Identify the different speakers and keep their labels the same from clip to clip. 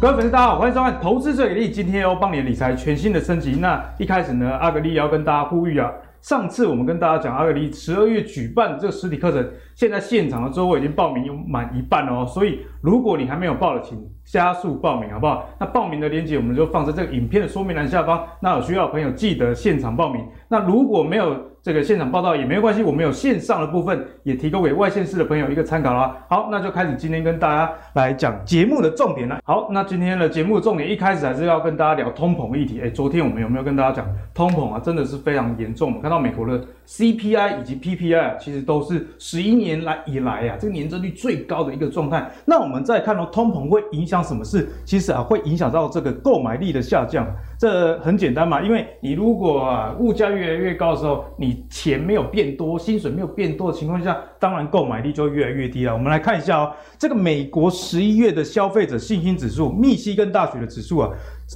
Speaker 1: 各位粉丝，大家好，欢迎收看《投资最给力》，今天要帮你的理财全新的升级。那一开始呢，阿格力要跟大家呼吁啊，上次我们跟大家讲阿格力十二月举办这个实体课程，现在现场的座位已经报名有满一半哦，所以如果你还没有报的，请加速报名好不好？那报名的链接我们就放在这个影片的说明栏下方，那有需要的朋友记得现场报名。那如果没有这个现场报道也没有关系，我们有线上的部分也提供给外县市的朋友一个参考啦。好，那就开始今天跟大家来讲节目的重点了。好，那今天的节目重点一开始还是要跟大家聊通膨议题。哎，昨天我们有没有跟大家讲通膨啊？真的是非常严重。我们看到美国的 CPI 以及 PPI 啊其实都是十一年来以来啊这个年增率最高的一个状态。那我们再看到、通膨会影响什么事？其实啊会影响到这个购买力的下降。这很简单嘛，因为你如果啊物价越来越高的时候，你钱没有变多，薪水没有变多的情况下，当然购买力就越来越低了。我们来看一下哦，这个美国十一月的消费者信心指数，密西根大学的指数啊，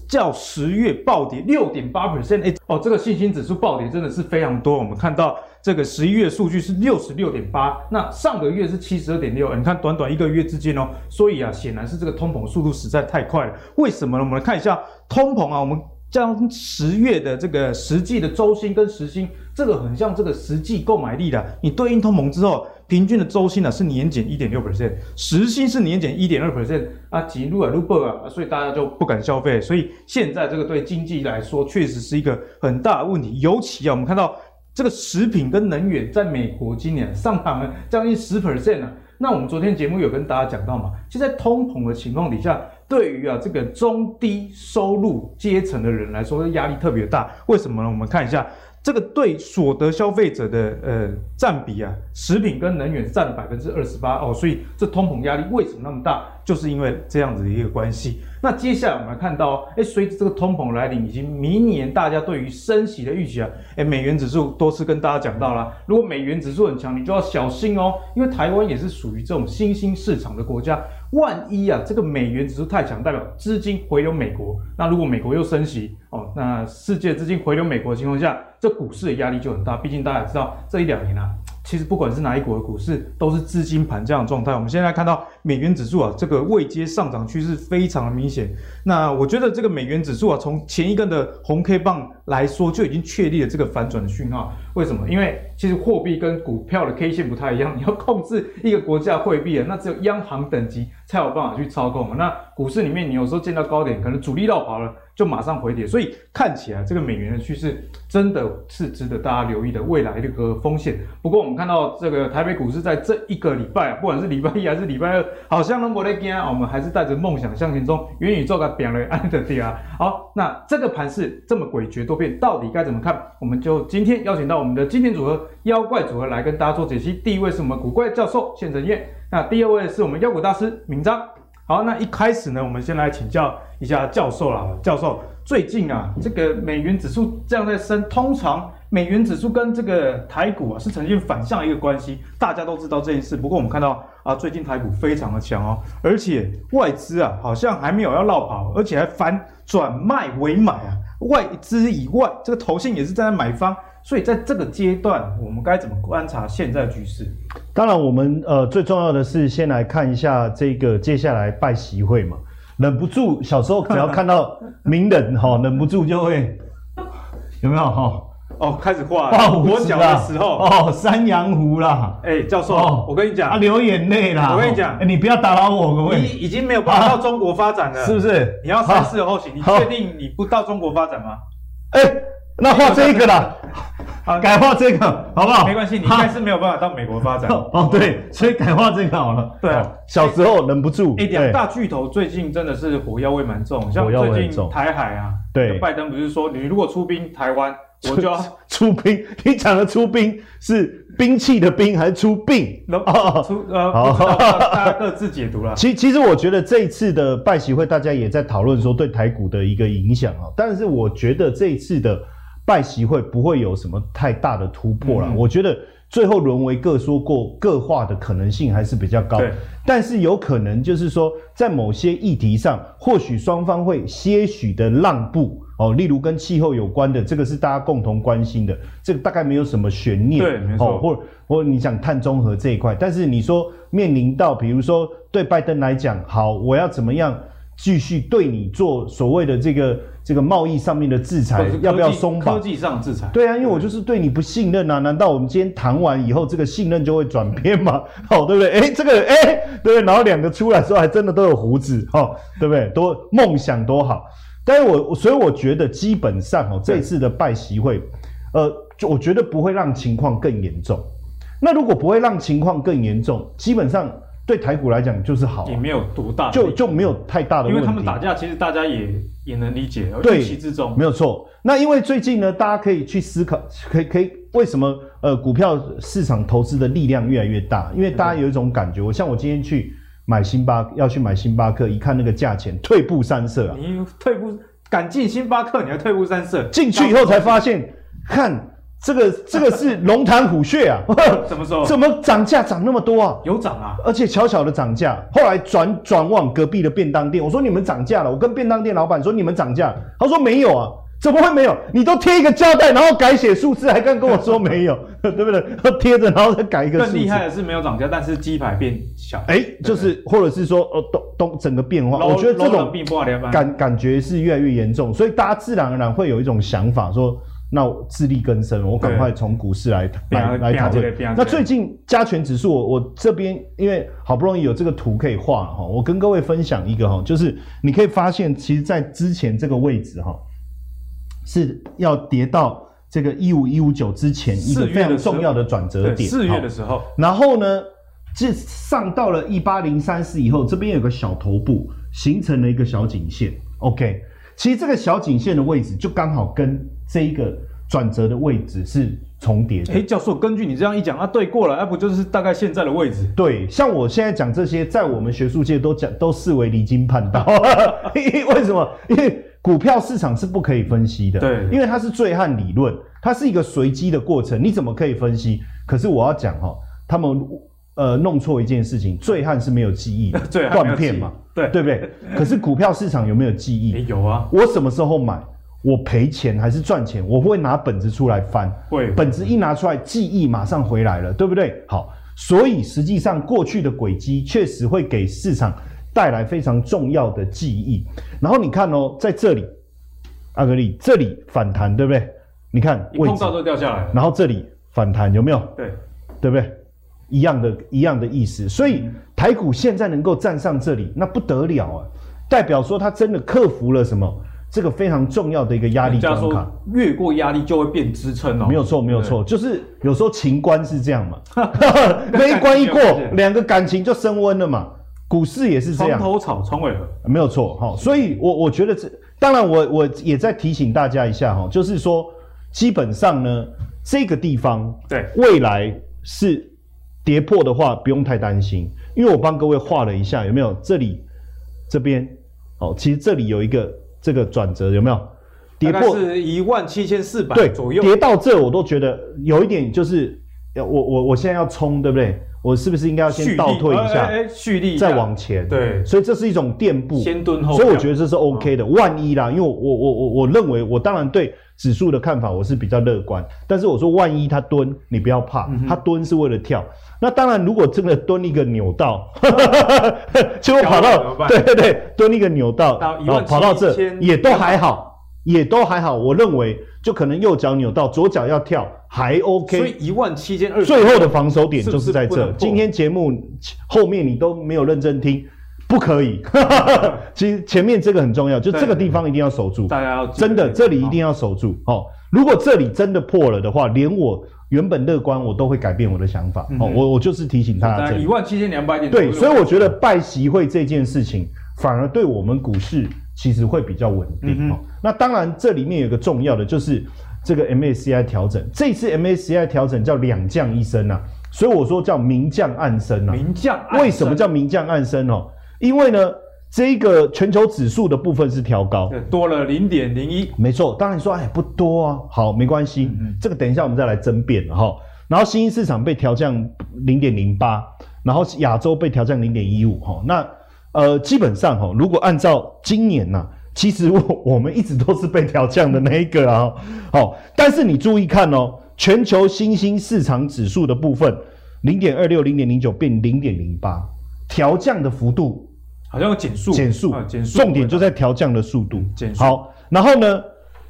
Speaker 1: 较十月暴跌六点八 percent，哎哦，这个信心指数暴跌真的是非常多。我们看到这个十一月数据是六十六点八，那上个月是七十二点六，你看短短一个月之间哦，所以啊，显然是这个通膨速度实在太快了。为什么呢？我们来看一下通膨啊，我们将十月的这个实际的周薪跟时薪，这个很像这个实际购买力的，你对应通膨之后，平均的周薪呢、是年减一点六 percent，时薪是年减一点二 percent 啊，几路啊路爆啊，所以大家就不敢消费，所以现在这个对经济来说确实是一个很大的问题，尤其啊，我们看到这个食品跟能源在美国今年上涨了将近十 percent 啊。那我们昨天节目有跟大家讲到嘛，就在通膨的情况底下，对于啊这个中低收入阶层的人来说，压力特别大。为什么呢？我们看一下这个对所得消费者的呃占比啊，食品跟能源占了百分之二十八哦，所以这通膨压力为什么那么大？就是因为这样子的一个关系。那接下来我们来看到哦，哎，随着这个通膨来临，以及明年大家对于升息的预期啊，哎，美元指数多次跟大家讲到啦，如果美元指数很强，你就要小心哦，因为台湾也是属于这种新兴市场的国家，万一啊这个美元指数太强，代表资金回流美国，那如果美国又升息哦，那世界资金回流美国的情况下，这股市的压力就很大，毕竟大家也知道这一两年啊。其实不管是哪一国的股市，都是资金盘这样的状态。我们现在看到美元指数啊，这个未接上涨趋势非常的明显。那我觉得这个美元指数啊，从前一根的红 K 棒来说，就已经确立了这个反转的讯号。为什么？因为其实货币跟股票的 K 线不太一样，你要控制一个国家的汇币啊，那只有央行等级才有办法去操控啊。那股市里面，你有时候见到高点，可能主力绕跑了，就马上回跌。所以看起来这个美元的趋势真的是值得大家留意的未来的一个风险。不过我们看到这个台北股市在这一个礼拜、啊，不管是礼拜一还是礼拜二，好像都没得惊啊，我们还是带着梦想向前冲，元宇宙给表了安德迪啊。好，那这个盘势这么诡谲多变，到底该怎么看？我们就今天邀请到我们的经典组合妖怪组合来跟大家做解析。第一位是我们古怪教授谢承彦，那第二位是我们妖股大师明章。好，那一开始呢，我们先来请教一下教授啦。教授，最近啊，这个美元指数这样在升，通常美元指数跟这个台股啊是呈现反向一个关系，大家都知道这件事。不过我们看到啊，最近台股非常的强哦，而且外资啊好像还没有要绕跑，而且还反转卖为买啊，外资以外，这个投信也是站在买方。所以在这个阶段，我们该怎么观察现在的局势？
Speaker 2: 当然，我们呃最重要的是先来看一下这个接下来拜习会嘛，忍不住小时候只要看到名人 哈、忍不住就会有没有哈？
Speaker 1: 哦，开始画
Speaker 2: 画胡
Speaker 1: 我
Speaker 2: 子
Speaker 1: 讲
Speaker 2: 啦
Speaker 1: 的时候，
Speaker 2: 哦，山羊胡啦，
Speaker 1: 哎、教授，
Speaker 2: 哦
Speaker 1: 我跟你讲
Speaker 2: 啊，，流眼泪啦。
Speaker 1: 我跟你讲
Speaker 2: 哎你不要打扰我，各
Speaker 1: 你呃
Speaker 2: 位，
Speaker 1: 已经没有办法到中国发展了，
Speaker 2: 是不是？
Speaker 1: 你要三思而后行。你
Speaker 2: 好
Speaker 1: 确定你不到中国发展吗？
Speaker 2: 哎、那画这个啦，
Speaker 1: 好
Speaker 2: 改画这个好不好？
Speaker 1: 没关系，你应
Speaker 2: 好
Speaker 1: 该是没有办法到美国发展。
Speaker 2: 哦，对，所以改画这个好了。
Speaker 1: 对啊
Speaker 2: 哦小时候忍不住，
Speaker 1: 哎，两
Speaker 2: 对
Speaker 1: 大巨头最近真的是火药味蛮重，像
Speaker 2: 火药味
Speaker 1: 最
Speaker 2: 很
Speaker 1: 近
Speaker 2: 重
Speaker 1: 台海啊，
Speaker 2: 对
Speaker 1: 拜登不是说你如果出兵台湾，我就要
Speaker 2: 出兵，你讲的出兵是兵器的兵还是出病？哦，
Speaker 1: 出呃，
Speaker 2: 好
Speaker 1: 不知道大家各自解读啦。
Speaker 2: 其其实我觉得这一次的拜习会，大家也在讨论说对台股的一个影响啊，但是我觉得这一次的拜习会不会有什么太大的突破啦。
Speaker 1: 嗯
Speaker 2: 我觉得最后沦为各说过各话的可能性还是比较高
Speaker 1: 对，
Speaker 2: 但是有可能就是说在某些议题上，或许双方会些许的让步。哦，例如跟气候有关的，这个是大家共同关心的，这个大概没有什么悬念。
Speaker 1: 对没错
Speaker 2: 哦，或或你想碳中和这一块，但是你说面临到，比如说对拜登来讲，好，我要怎么样继续对你做所谓的这个这个贸易上面的制裁
Speaker 1: 或者是，
Speaker 2: 要不要
Speaker 1: 科技
Speaker 2: 松绑
Speaker 1: 科？技上的制裁，
Speaker 2: 对啊，因为我就是对你不信任啊！难道我们今天谈完以后，这个信任就会转变吗？ 好、对不对？哎，这个哎，对不对？然后两个出来之后，还真的都有胡子，哈、对不对？多梦想多好。但是我所以我觉得基本上哦，这次的拜习会，呃，就我觉得不会让情况更严重。那如果不会让情况更严重，基本上对台股来讲就是好啊、
Speaker 1: 也没有多大的
Speaker 2: 就
Speaker 1: 利益
Speaker 2: 就没有太大的
Speaker 1: 因
Speaker 2: 问题。
Speaker 1: 为他们打架，其实大家也也能理解，
Speaker 2: 对
Speaker 1: 预期之中。
Speaker 2: 没有错。那因为最近呢，大家可以去思考，可以可以为什么呃股票市场投资的力量越来越大？因为大家有一种感觉，我像我今天去买星巴要去买星巴克，一看那个价钱，退步三舍啊，
Speaker 1: 你退步，敢进星巴克，你还退步三舍，
Speaker 2: 进去以后才发现，看这个这个是龙潭虎穴啊，
Speaker 1: 怎么说？
Speaker 2: 怎么涨价涨那么多啊？
Speaker 1: 有涨啊，
Speaker 2: 而且小小的涨价，后来转转往隔壁的便当店，我说你们涨价了，我跟便当店老板说你们涨价，他说没有啊，怎么会没有？你都贴一个胶带，然后改写数字，还敢跟我说没有，对 不对？ 他贴着，然后再改一个
Speaker 1: 更
Speaker 2: 数
Speaker 1: 厉
Speaker 2: 字。
Speaker 1: 害的是没有涨价，但是鸡排变小。
Speaker 2: 哎、就是或者是说，哦，东东整个变化，
Speaker 1: 楼
Speaker 2: 我觉得这
Speaker 1: 楼
Speaker 2: 种
Speaker 1: 人并不好啊聊吧
Speaker 2: 感感觉是越来越严重，所以大家自然而然会有一种想法说。那我自力更生，我赶快从股市来来
Speaker 1: 拼啊
Speaker 2: 来讨
Speaker 1: 拼啊这个
Speaker 2: 论
Speaker 1: 拼啊。这个
Speaker 2: 那最近加权指数，我我这边因为好不容易有这个图可以画了哈，我跟各位分享一个哈，就是你可以发现，其实在之前这个位置哈，是要跌到这个一五一五九之前一个
Speaker 1: 四月的
Speaker 2: 非常
Speaker 1: 时候
Speaker 2: 重要的转折
Speaker 1: 对，
Speaker 2: 点。
Speaker 1: 四月
Speaker 2: 好
Speaker 1: 的时候，
Speaker 2: 然后呢，这上到了一八零三四以后，这边有个小头部，形成了一个小颈线。OK，其实这个小颈线的位置就刚好跟这一个转折的位置是重叠的。
Speaker 1: 哎，教授，根据你这样一讲，啊，对过了，啊，不就是大概现在的位置？
Speaker 2: 对，像我现在讲这些，在我们学术界都讲都视为离经叛 道。为什么？因为股票市场是不可以分析的，
Speaker 1: 对，
Speaker 2: 因为它是醉汉理论，它是一个随机的过程，你怎么可以分析？可是我要讲哦，他们呃弄错一件事情，醉汉是没有记忆的
Speaker 1: 醉汉没有
Speaker 2: 断
Speaker 1: 记忆
Speaker 2: 片嘛，
Speaker 1: 对
Speaker 2: 对不对？可是股票市场有没有记忆
Speaker 1: 哎，？有啊，
Speaker 2: 我什么时候买，我赔钱还是赚钱，我会拿本子出来翻。
Speaker 1: 会
Speaker 2: 本子一拿出来，记忆马上回来了，对不对？好，所以实际上过去的轨迹确实会给市场带来非常重要的记忆。然后你看哦，在这里，阿格力这里反弹，对不对？你看
Speaker 1: 一
Speaker 2: 位
Speaker 1: 碰
Speaker 2: 置
Speaker 1: 到，就掉下来了。
Speaker 2: 然后这里反弹，有没有？
Speaker 1: 对，
Speaker 2: 对不对？一样的，一样的意思。所以台股现在能够站上这里，那不得了啊！代表说它真的克服了什么这个非常重要的一个压力
Speaker 1: 人家
Speaker 2: 关卡。
Speaker 1: 说越过压力就会变支撑哦，
Speaker 2: 没有错，没有
Speaker 1: 对
Speaker 2: 错，就是有时候情关是这样 嘛， 那
Speaker 1: 那
Speaker 2: 一关一过
Speaker 1: 感情就不是，
Speaker 2: 两个感情就升温了嘛。股市也是这
Speaker 1: 床
Speaker 2: 样，
Speaker 1: 头吵，床尾和。
Speaker 2: 没有错哈、所以我我觉得这，当然我我也在提醒大家一下哈、就是说，基本上呢，这个地方
Speaker 1: 对，
Speaker 2: 未来是跌破的话，不用太担心，因为我帮各位画了一下，有没有？这里这边哦，其实这里有一个这个转折，有没有？跌
Speaker 1: 大
Speaker 2: 破
Speaker 1: 概是一万七千四百
Speaker 2: 对
Speaker 1: 左右，
Speaker 2: 跌到这我都觉得有一点就是，呃我我我现在要冲，对不对？我是不是应该要
Speaker 1: 蓄
Speaker 2: 先
Speaker 1: 力
Speaker 2: 倒退一
Speaker 1: 哎
Speaker 2: 下，
Speaker 1: 哎哎蓄力一下
Speaker 2: 再往前？
Speaker 1: 对
Speaker 2: 所以这是一种垫步，
Speaker 1: 先蹲后跳
Speaker 2: 所以我觉得这是 OK
Speaker 1: 嗯
Speaker 2: 的。万一啦，因为我我我我我认为，我当然对指数的看法我是比较乐观，但是我说万一他蹲，你不要怕，
Speaker 1: 嗯
Speaker 2: 他蹲是为了跳。那当然，如果真的蹲一个扭到， 结果
Speaker 1: 跳了怎
Speaker 2: 跑
Speaker 1: 么
Speaker 2: 到
Speaker 1: 办
Speaker 2: 对对对，蹲一个扭到，
Speaker 1: 到
Speaker 2: 然后跑到这
Speaker 1: 17,000
Speaker 2: 也都还好，也都还好。我认为就可能右脚扭到，左脚要跳还
Speaker 1: 所
Speaker 2: OK。
Speaker 1: 以一万七千二，
Speaker 2: 最后的防守点就是在
Speaker 1: 是不是不
Speaker 2: 这
Speaker 1: 能。破
Speaker 2: 今天节目后面你都没有认真听， 不可以。其实前面这个很重要，就这个地方一定要守住。
Speaker 1: 大家要记得
Speaker 2: 真的，这里一定
Speaker 1: 好
Speaker 2: 要守住哦。如果这里真的破了的话，连我原本乐观我都会改变我的想法哦。
Speaker 1: 嗯哼
Speaker 2: 我我就是提醒大家
Speaker 1: 大
Speaker 2: 这
Speaker 1: 概
Speaker 2: 里
Speaker 1: 一。万七千两百点左右的位
Speaker 2: 对，
Speaker 1: 置。
Speaker 2: 所以我觉得拜习会这件事情，反而对我们股市其实会比较稳定、
Speaker 1: 嗯哼
Speaker 2: 哦。那当然，这里面有一个重要的就是这个 MACI 调整，这次 MACI 调整叫两降一升啊，所以我说叫明降暗升啊。
Speaker 1: 名将暗
Speaker 2: 为什么
Speaker 1: 生
Speaker 2: 叫明降暗升哦？因为呢，这个全球指数的部分是调高。
Speaker 1: 对多了零点零一？
Speaker 2: 没错，当然你说哎不多啊，好没关系，这个等一下我们再来争辩了哈。然后新兴市场被调降零点零八，然后亚洲被调降零点一五哈。那呃基本上哈，如果按照今年呐、其实我我们一直都是被调降的那一个啊。好，但是你注意看哦，全球新兴市场指数的部分零点二六、零点零九变零点零八，调降的幅度
Speaker 1: 好像有减速，
Speaker 2: 减速
Speaker 1: 啊，减速，嗯
Speaker 2: 重点就在调降的速度。
Speaker 1: 减速
Speaker 2: 好，然后呢，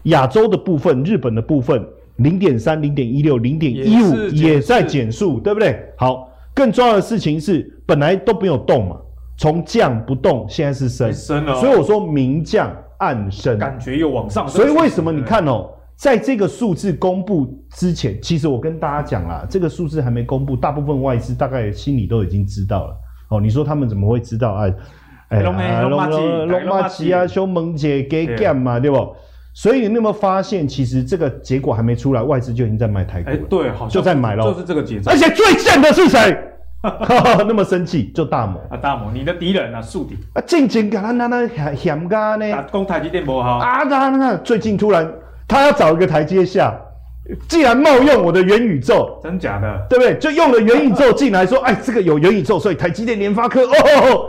Speaker 2: 亚洲的部分，日本的部分，零点三、零点一六、零点一五
Speaker 1: 也是减速
Speaker 2: 也在减速，对不对？好，更重要的事情是，本来都没有动嘛，从降不动，现在是升，
Speaker 1: 升了哦，
Speaker 2: 所以我说明降暗升。
Speaker 1: 感觉有往上的这
Speaker 2: 所
Speaker 1: 个
Speaker 2: 以
Speaker 1: 趋势。
Speaker 2: 为什么你
Speaker 1: 对
Speaker 2: 看哦，在这个数字公布之前，其实我跟大家讲啦，这个数字还没公布，大部分外资大概心里都已经知道了。哦，你说他们怎么会知道？哎，哎
Speaker 1: 龙的
Speaker 2: 啊
Speaker 1: 龙马吉啊
Speaker 2: 龙马吉啊，修萌姐给干嘛，对不？所以你有没有发现，其实这个结果还没出来，外资就已经在卖台股
Speaker 1: 哎
Speaker 2: 了？，
Speaker 1: 对，好像
Speaker 2: 就在买咯哎
Speaker 1: 就是这个节奏
Speaker 2: 而且最贱的是谁？ 那么生气就大摩
Speaker 1: 啊，大摩，你的敌人啊，宿敌，
Speaker 2: 啊，静静给他那那嫌嫌家呢？
Speaker 1: 打攻台积电不好，
Speaker 2: 哎啊，那那最近突然他要找一个台阶下，既然冒用我的元宇宙，
Speaker 1: 真假的？
Speaker 2: 对不对？就用了元宇宙进来说，哎， 这个有元宇宙，所以台积电、联发科，哦哦，哦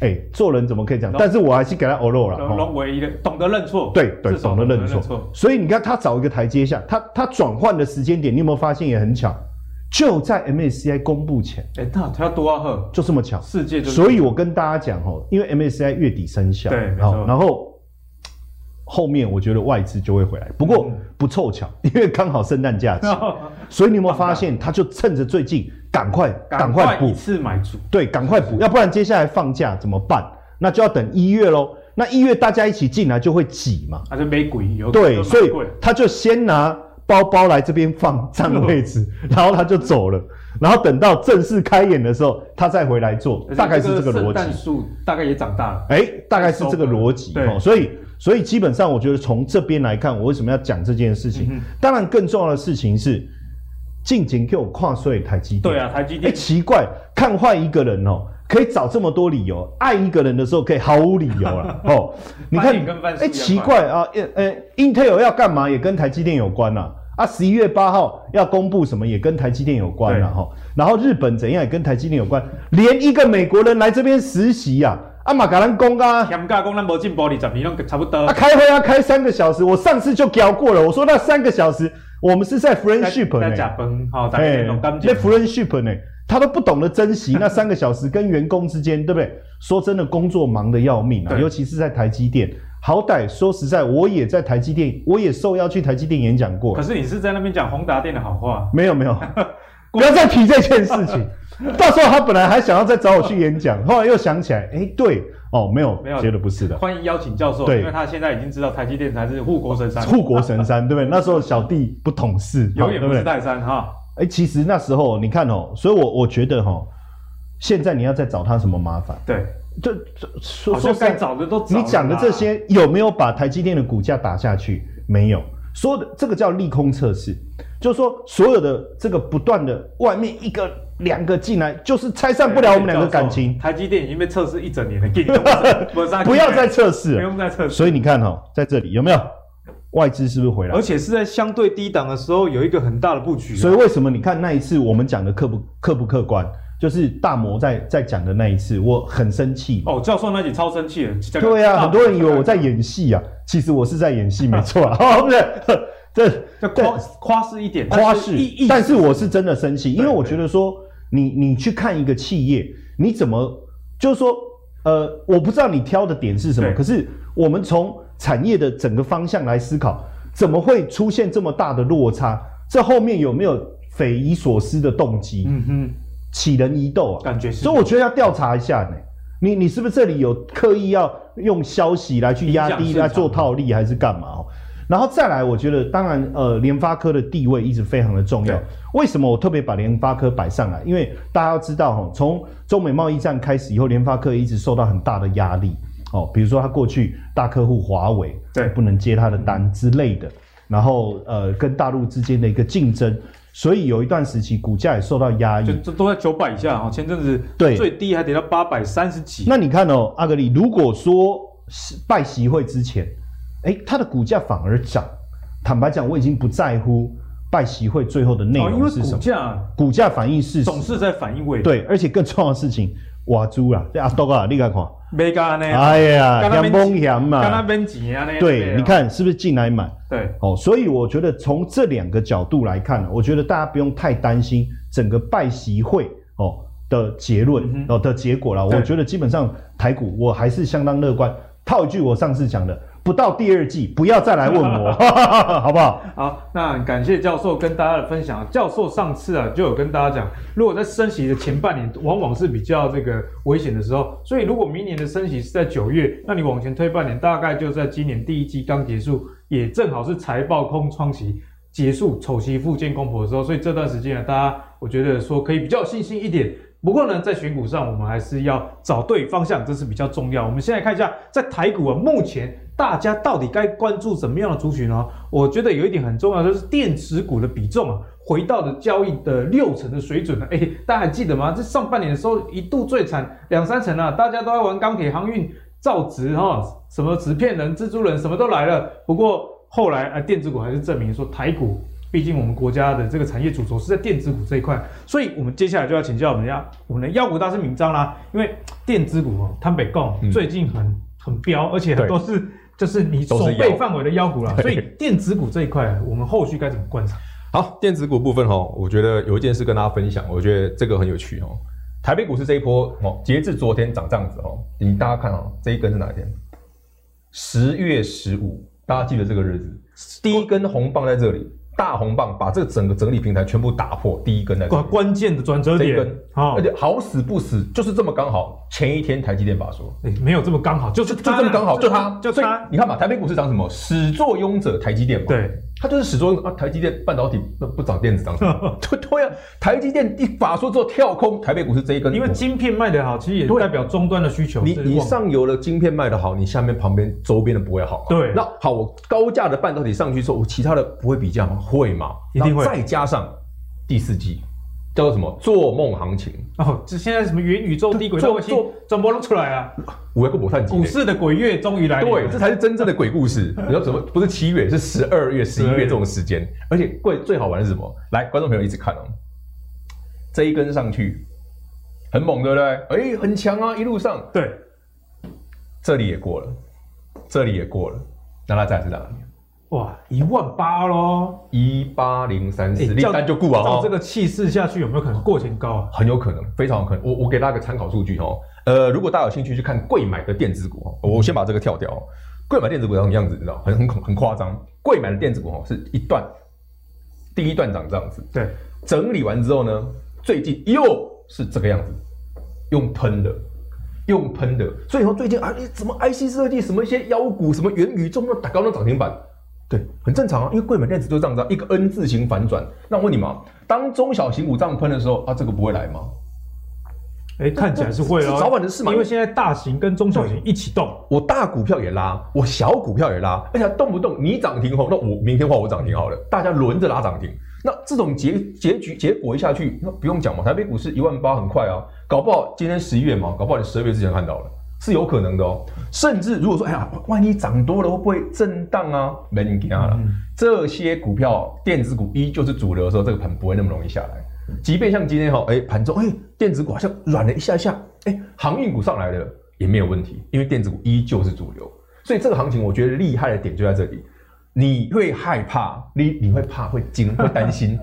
Speaker 2: 哎，做人怎么可以这样？但是我还是给他 o l 了，
Speaker 1: 龙
Speaker 2: 哦
Speaker 1: 龙唯一的懂得认错，
Speaker 2: 对对，
Speaker 1: 至少
Speaker 2: 懂得认错。。所以你看他找一个台阶下，他他转换的时间点，你有没有发现也很巧？就在 MSCI 公布前，
Speaker 1: 哎，那他要多啊呵，
Speaker 2: 就这么巧。
Speaker 1: 世界就是
Speaker 2: 所以我跟大家讲哦，因为 MSCI 月底生效，
Speaker 1: 对没
Speaker 2: 好
Speaker 1: 错
Speaker 2: 然后后面我觉得外资就会回来，不过
Speaker 1: 嗯
Speaker 2: 不凑巧，因为刚好圣诞假期， 所以你有没有发现，他就趁着最近赶快 赶
Speaker 1: 赶
Speaker 2: 快
Speaker 1: 快
Speaker 2: 补
Speaker 1: 一，次买足，
Speaker 2: 对，赶快补，要不然接下来放假怎么办？那就要等一月喽。那一月大家一起进来就会挤嘛，
Speaker 1: 啊，就没鬼有
Speaker 2: 对，所以
Speaker 1: 贵，
Speaker 2: 他就先拿包包来这边 放占位置，然后他就走了。然后等到正式开演的时候，他再回来做，大概是这个逻
Speaker 1: 圣
Speaker 2: 辑
Speaker 1: 诞。树大概也长大了，
Speaker 2: 哎、大概是这个逻辑
Speaker 1: 对
Speaker 2: 哦。所以，所以基本上，我觉得从这边来看，我为什么要讲这件事情？
Speaker 1: 嗯哼
Speaker 2: 当然，更重要的事情是，近景给我跨税台积电。
Speaker 1: 对啊，台积
Speaker 2: 哎、
Speaker 1: 电
Speaker 2: 奇怪，看坏一个人哦，可以找这么多理由；爱一个人的时候，可以毫无理 由了哦。你看
Speaker 1: 翻脸跟，翻
Speaker 2: 哎、
Speaker 1: 书一样
Speaker 2: 奇怪啊，呃、呃 i n t e l 要干嘛也跟台积电有关呐、啊。十一月八号要公布什么也跟台积电有关了、啊、
Speaker 1: 对
Speaker 2: 哈、然后日本怎样也跟台积电有关，连一个美国人来这边实习呀、啊，啊马嘎兰 公啊，
Speaker 1: 香港讲咱无进步，你十年拢差不多
Speaker 2: 啊，，开会要开三个小时，我上次就聊过了，我说那三个小时我们是在 friendship 呢、
Speaker 1: 在假崩，好，大
Speaker 2: 哎
Speaker 1: 家拢感
Speaker 2: 欸那
Speaker 1: 觉。
Speaker 2: friendship 呢、他都不懂得 珍惜那三个小时跟员工之间，对不对？说真的，工作忙得要命啊，
Speaker 1: 对
Speaker 2: 尤其是在台积电。好歹说实在，我也在台积电，我也受邀去台积电演讲过
Speaker 1: 可。是你是在那边讲宏达电的好话，
Speaker 2: 没有没 有，不要再提这件事情。到时候他本来还想要再找我去 演讲，后来又想起来，哎、对哦，没有，
Speaker 1: 没有
Speaker 2: 觉得不是的。
Speaker 1: 欢迎邀请教授，
Speaker 2: 对
Speaker 1: 因为他现在已经知道台积电才是护国神山，
Speaker 2: 护国神山，对不对？那时候小弟不 懂事，
Speaker 1: 永
Speaker 2: 对
Speaker 1: 远
Speaker 2: 不
Speaker 1: 不
Speaker 2: 对
Speaker 1: 是？泰山哈。
Speaker 2: 哎、其实那时候你看哦、所以我我觉得哈、哦现在你要再找他什么麻烦？
Speaker 1: 对，
Speaker 2: 就就说
Speaker 1: 好
Speaker 2: 说
Speaker 1: 像
Speaker 2: 实
Speaker 1: 该
Speaker 2: 在，
Speaker 1: 找的都找了
Speaker 2: 你
Speaker 1: 啦
Speaker 2: 讲的这，些有没有把台积电的股价打下去？没有，说的这个叫利空测试，就是说所有的这个不断的外面一个两个进来，就是拆散不了我们两个感情，
Speaker 1: 台积电已经被测试一整年了，给你都不是不是啊
Speaker 2: 不要再测
Speaker 1: 不
Speaker 2: 试了。
Speaker 1: 用再测试，
Speaker 2: 所以你看哦、在这里有没有外资是不是回来
Speaker 1: 而？且是在相对低档的时候有一个很大的布局啊，
Speaker 2: 所以为什么你看那一次我们讲的客不客不客观，就是大魔在在讲的那一次，我很生气。
Speaker 1: 哦，教授那集超生气了，这个
Speaker 2: 对呀、
Speaker 1: 大
Speaker 2: 很多人以为我在演戏啊，其实我是在演 戏，没错啊， 哦，不是，这
Speaker 1: 就夸夸饰一点，
Speaker 2: 夸
Speaker 1: 但是
Speaker 2: 饰
Speaker 1: 意意，
Speaker 2: 但是我是真的生气，因为
Speaker 1: 对
Speaker 2: 我觉得说，你你去看一个企业，你怎么就是说，呃，我不知道你挑的点是什么，
Speaker 1: 对
Speaker 2: 可是我们从产业的整个方向来思考，怎么会出现这么大的落差？这后面有没有匪夷所思的动机？
Speaker 1: 嗯哼，
Speaker 2: 起人疑窦啊，
Speaker 1: 感觉是
Speaker 2: 所以我觉得要调查一下呢。你你是不是这里有刻意要用消息来去压
Speaker 1: 影响市
Speaker 2: 低
Speaker 1: 场
Speaker 2: 来做套利，还是干嘛、哦？然后再来，我觉得当然，呃，联发科的地位一直非常的重要
Speaker 1: 对。
Speaker 2: 为什么我特别把联发科摆上来？因为大家要知道，哦，从中美贸易战开始以后，联发科一直受到很大的压力。哦，比如说他过去大客户华为，哦
Speaker 1: 对
Speaker 2: 不能接他的单之类的，然后呃，跟大陆之间的一个竞争，所以有一段时期股价也受到压抑
Speaker 1: 就。这都在九百以下哈，前阵子
Speaker 2: 嗯对
Speaker 1: 最低还跌到八百三十几，
Speaker 2: 那你看哦，阿格里，如果说是拜习会之前，哎，它的股价反而涨。坦白讲，我已经不在乎拜习会最后的内
Speaker 1: 哦，因
Speaker 2: 容
Speaker 1: 为
Speaker 2: 是什
Speaker 1: 股
Speaker 2: 么，
Speaker 1: 价
Speaker 2: 股价反映事实。
Speaker 1: 总是在反应位，，
Speaker 2: 对，而且更重要的事情，瓦猪啦，这阿豆啊，你看看，
Speaker 1: 没干呢，
Speaker 2: 哎呀，
Speaker 1: 跟他们
Speaker 2: 阳光阳
Speaker 1: 干那
Speaker 2: 嘛，
Speaker 1: 边钱啊那样
Speaker 2: 对，
Speaker 1: 啊
Speaker 2: 你看是不是进来买？
Speaker 1: 对，
Speaker 2: 哦，所以我觉得从这两个角度来看呢，我觉得大家不用太担心整个拜习会哦的结论、
Speaker 1: 嗯
Speaker 2: 哦的结果啦。
Speaker 1: 对
Speaker 2: 我觉得基本上台股我还是相当乐观。套一句我上次讲的，不到第二季不要再来 问我，好不好？
Speaker 1: 好，那感谢教授跟大家的分享。教授上次啊就有跟大家讲，如果在升息的前半年，往往是比较这个危险的时候，所以如果明年的升息是在九月，那你往前推半年，大概就在今年第一季刚结束，也正好是财报空窗期结束、丑媳妇见公婆的时候，所以这段时间呢，大家我觉得说可以比较有信心一点。不过呢，在选股上，我们还是要找对方向，这是比较重要。我们现在看一下，在台股啊，目前大家到底该关注什么样的族群呢？我觉得有一点很重要，就是电池股的比重啊，回到了交易的六成的水准了。哎，大家还记得吗？这上半年的时候一度最惨，两三成啊，大家都在玩钢铁、航运、造纸哈、什么纸片人、蜘蛛人，什么都来了。不过后来啊，电子股还是证明说台股毕竟我们国家的这个产业主轴是在电子股这一块，所以我们接下来就要请教我们家我们的妖股大师明章啦，因为电子股哦，坦北共
Speaker 3: 嗯
Speaker 1: 最近很很飙，而且
Speaker 3: 对
Speaker 1: 都是就是你手
Speaker 3: 都是妖
Speaker 1: 背范围的妖股啦，
Speaker 3: 对
Speaker 1: 所以电子股这一块我们后续该怎么观察？
Speaker 3: 好，电子股部分哈、哦，我觉得有一件事跟大家分享，我觉得这个很有趣哦。台北股市这一波哦，截至昨天涨这样子哦，你大家看哦，这一根是哪一天？十月十五，大家记得这个日子，第一根红棒在这里，大红棒把这个整个整理平台全部打破，第一根在这里
Speaker 1: 关关键的转折
Speaker 3: 这一
Speaker 1: 点哦
Speaker 3: 根，
Speaker 1: 好
Speaker 3: 而，且好死不死就是这么刚好，前一天台积电法说。
Speaker 1: 哎没有这么刚好，就是
Speaker 3: 就
Speaker 1: 就
Speaker 3: 就这么刚好，就它，
Speaker 1: 就
Speaker 3: 所以
Speaker 1: 它，
Speaker 3: 你看嘛，台北股市涨什么？始作俑者台积电嘛，
Speaker 1: 对，
Speaker 3: 它就是始作俑者啊。台积电半导体那不涨电子涨 什么？对对啊，台积电一法说之后跳空，台北股市这一根，
Speaker 1: 因为晶片卖得好，其实也
Speaker 3: 对
Speaker 1: 代表终端的需求
Speaker 3: 你
Speaker 1: 是
Speaker 3: 你
Speaker 1: 旺
Speaker 3: 上游的晶片卖得好，你下面旁边周边的不会好嘛？
Speaker 1: 对
Speaker 3: 那好，我高价的半导体上去之后，我其他的不会比价吗？会嘛？
Speaker 1: 一定会
Speaker 3: 然后再加上第四季叫做什么做梦行情，
Speaker 1: 哦，这现在什么元宇宙、低轨道卫星
Speaker 3: 做
Speaker 1: 转播弄出来啊？
Speaker 3: 五个不探
Speaker 1: 股市的鬼月终于来临了。
Speaker 3: 对，这才是真正的鬼 故事。你说怎么不是七月，是十二月、十一月这种时间？而且贵最好玩的是什么？来，观众朋友一直看哦，这一根上去很猛，对不对？哎，很强啊，一路上
Speaker 1: 对，
Speaker 3: 这里也过了，这里也过了，那它再来是哪里？
Speaker 1: 哇，一万八喽！
Speaker 3: 一八零三四，
Speaker 1: 诶
Speaker 3: 立
Speaker 1: 照
Speaker 3: 单就顾啊
Speaker 1: 照哎这
Speaker 3: 哦。
Speaker 1: 个气势下去，有没有可能过前高啊？
Speaker 3: 很有可能，非常有可能。我我给大家个参考数据哦，呃，如果大家有兴趣去看贵买的电子股哦，我先把这个跳掉哦。贵买电子股长什么样子？你知道，很很恐很夸张。贵买的电子股哦，是一段，第一段长这样子，
Speaker 1: 对，
Speaker 3: 整理完之后呢，最近又是这个样子，用喷的，用喷的。所以说最近啊，你怎么 IC 设计什么一些妖股，什么元宇宙那打高那涨停板，对，很正常啊，因为贵买电子就这样子、啊，一个 N 字形反转。那我问你们啊，当中小型股这样喷的时候啊，这个不会来吗？
Speaker 1: 哎，看起来是会哦，
Speaker 3: 是早晚的事嘛
Speaker 1: 因为现在大型跟中小型一起动，
Speaker 3: 我大股票也拉，我小股票也拉，而且动不动你涨停后，哦那我明天换我涨停好了，大家轮着拉涨停。那这种结结局结果一下去，那不用讲嘛，台北股市一万八很快啊，搞不好今天十一月嘛，搞不好你十二月之前看到了，是有可能的哦。甚至如果说，哎呀，万一涨多了会不会震荡啊？没你给他了，这些股票电子股依旧是主流的时候，这个盘不会那么容易下来。即便像今天哈、哎盘中哎电子股好像软了一下下，哎航运股上来了也没有问题，因为电子股依旧是主流，所以这个行情我觉得厉害的点就在这里，你会害怕，你你会怕会惊会 担心，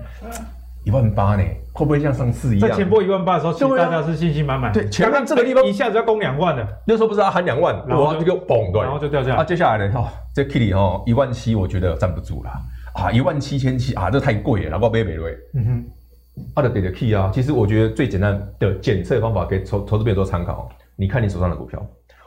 Speaker 3: 一万八呢会不会像上次一
Speaker 1: 在
Speaker 3: 样？
Speaker 1: 前波一万八的时候，其实
Speaker 3: 啊对
Speaker 1: 大
Speaker 3: 啊
Speaker 1: 家是信心满满。
Speaker 3: 对前面这个地方
Speaker 1: 一下子要攻两万了，
Speaker 3: 那时候不是要喊两万，
Speaker 1: 然后
Speaker 3: 哇
Speaker 1: 就
Speaker 3: 这个嘣对，
Speaker 1: 然后就掉下
Speaker 3: 啊，
Speaker 1: 来。
Speaker 3: 接下来呢，哦，这 Kitty 哦一万七我觉得站不住啦，啊一万七千七啊这太贵了，然后被美瑞。
Speaker 1: 嗯哼，
Speaker 3: 它的 data key 啊，其实我觉得最简单的检测方法给投投资朋友做参考哦。你看你手上的股票，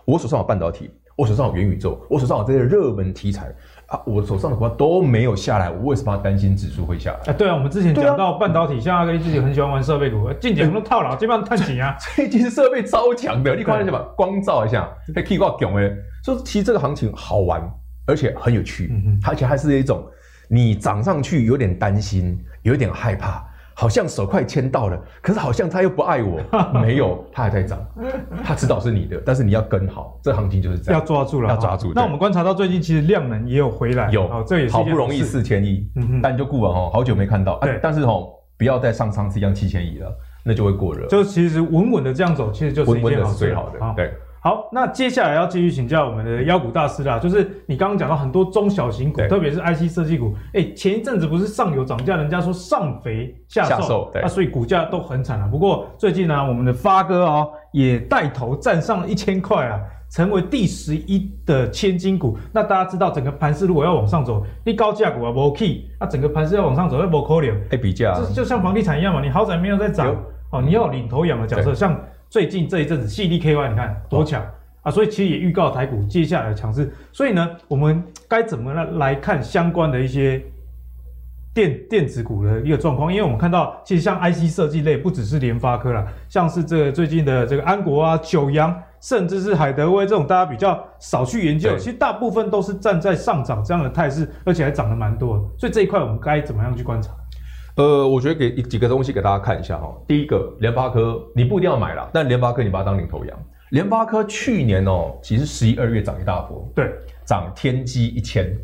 Speaker 3: 我手上有半导体，我手上有元宇宙，我手上有这些热门题材啊，我手上的股票都没有下来，我为什么要担心指数会下来？
Speaker 1: 啊，对啊，我们之前
Speaker 3: 对啊
Speaker 1: 讲到半导体，像阿哥自己很喜欢玩设备股，哎进讲都套 牢，基本上探底啊。
Speaker 3: 最近设备超强的，你看一下吧，光照一下，那 key 挂囧哎，所以其实这个行情好玩，而且很有趣，
Speaker 1: 嗯
Speaker 3: 而且还是一种你涨上去有点担心，有点害怕。好像手快牵到了，可是好像他又不 爱我，没有，他还在涨，他知道是你的，但是你要跟好，这行情就是这
Speaker 1: 要
Speaker 3: 样，
Speaker 1: 抓住了，
Speaker 3: 要抓住
Speaker 1: 那
Speaker 3: 对
Speaker 1: 我们观察到最近，其实量能也有回来，
Speaker 3: 有，
Speaker 1: 哦，这也是
Speaker 3: 好
Speaker 1: 一件
Speaker 3: 不容易
Speaker 1: 事
Speaker 3: 四千一
Speaker 1: 嗯哼，
Speaker 3: 但你就顾了哦，好久没看到，啊
Speaker 1: 对
Speaker 3: 但是哦，不要再上上次一样七千一了，那就会过热，
Speaker 1: 就其实稳稳的这样走，其实就是
Speaker 3: 温
Speaker 1: 一
Speaker 3: 温
Speaker 1: 件
Speaker 3: 的
Speaker 1: 好
Speaker 3: 是
Speaker 1: 事
Speaker 3: 最
Speaker 1: 了
Speaker 3: 好的，。对。
Speaker 1: 好，那接下来要继续请教我们的妖股大师啦，就是你刚刚讲到很多中小型股，
Speaker 3: 对
Speaker 1: 特别是 IC 设计股，哎、前一阵子不是上游涨价，人家说上肥下
Speaker 3: 下
Speaker 1: 瘦
Speaker 3: 瘦，对
Speaker 1: 那、所以股价都很惨啊。不过最近呢、我们的发哥哦也带头站上了一千块啊，成为第十一的千金股。那大家知道，整个盘势如果要往上走，你高价股啊没 key，那整个盘势要往上走要没可能。
Speaker 3: 哎，比价啊
Speaker 1: 这就像房地产一样嘛，你豪宅没有在涨
Speaker 3: 有
Speaker 1: 哦，你要有领头羊的角色，像最近这一阵子 CDKY 你看多
Speaker 3: 哦
Speaker 1: 强、啊，所以其实也预告台股接下来的强势，所以呢，我们该怎么来来看相关的一些电电子股的一个状况？因为我们看到，其实像 IC 设计类不只是联发科啦，像是这个最近的这个安国啊、九阳，甚至是海德威这种大家比较少去研究，
Speaker 3: 对
Speaker 1: 其实大部分都是站在上涨这样的态势，而且还涨得蛮多的，所以这一块我们该怎么样去观察？
Speaker 3: 呃，我觉得给几个东西给大家看一下哈、第一个，联发科你不一定要买啦，但联发科你把它当领头羊。联发科去年哦，其实十一二月涨一大波，
Speaker 1: 对。
Speaker 3: 涨天玑一千，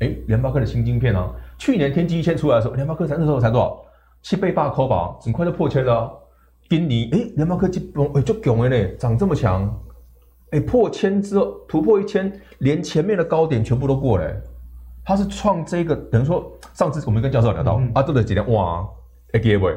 Speaker 3: 哎，联发科的新晶片啊，去年天玑一千出来的时候，联发科才那时候才多少？七倍大扣吧，很快就破千了、啊。今年哎，联发科就哎就囧了呢，涨这么强，哎，破千之后突破一千，连前面的高点全部都过了欸。它是创这个，等于说上次我们跟教授聊到、
Speaker 1: 嗯
Speaker 3: 啊，这个几天哇，哎给喂，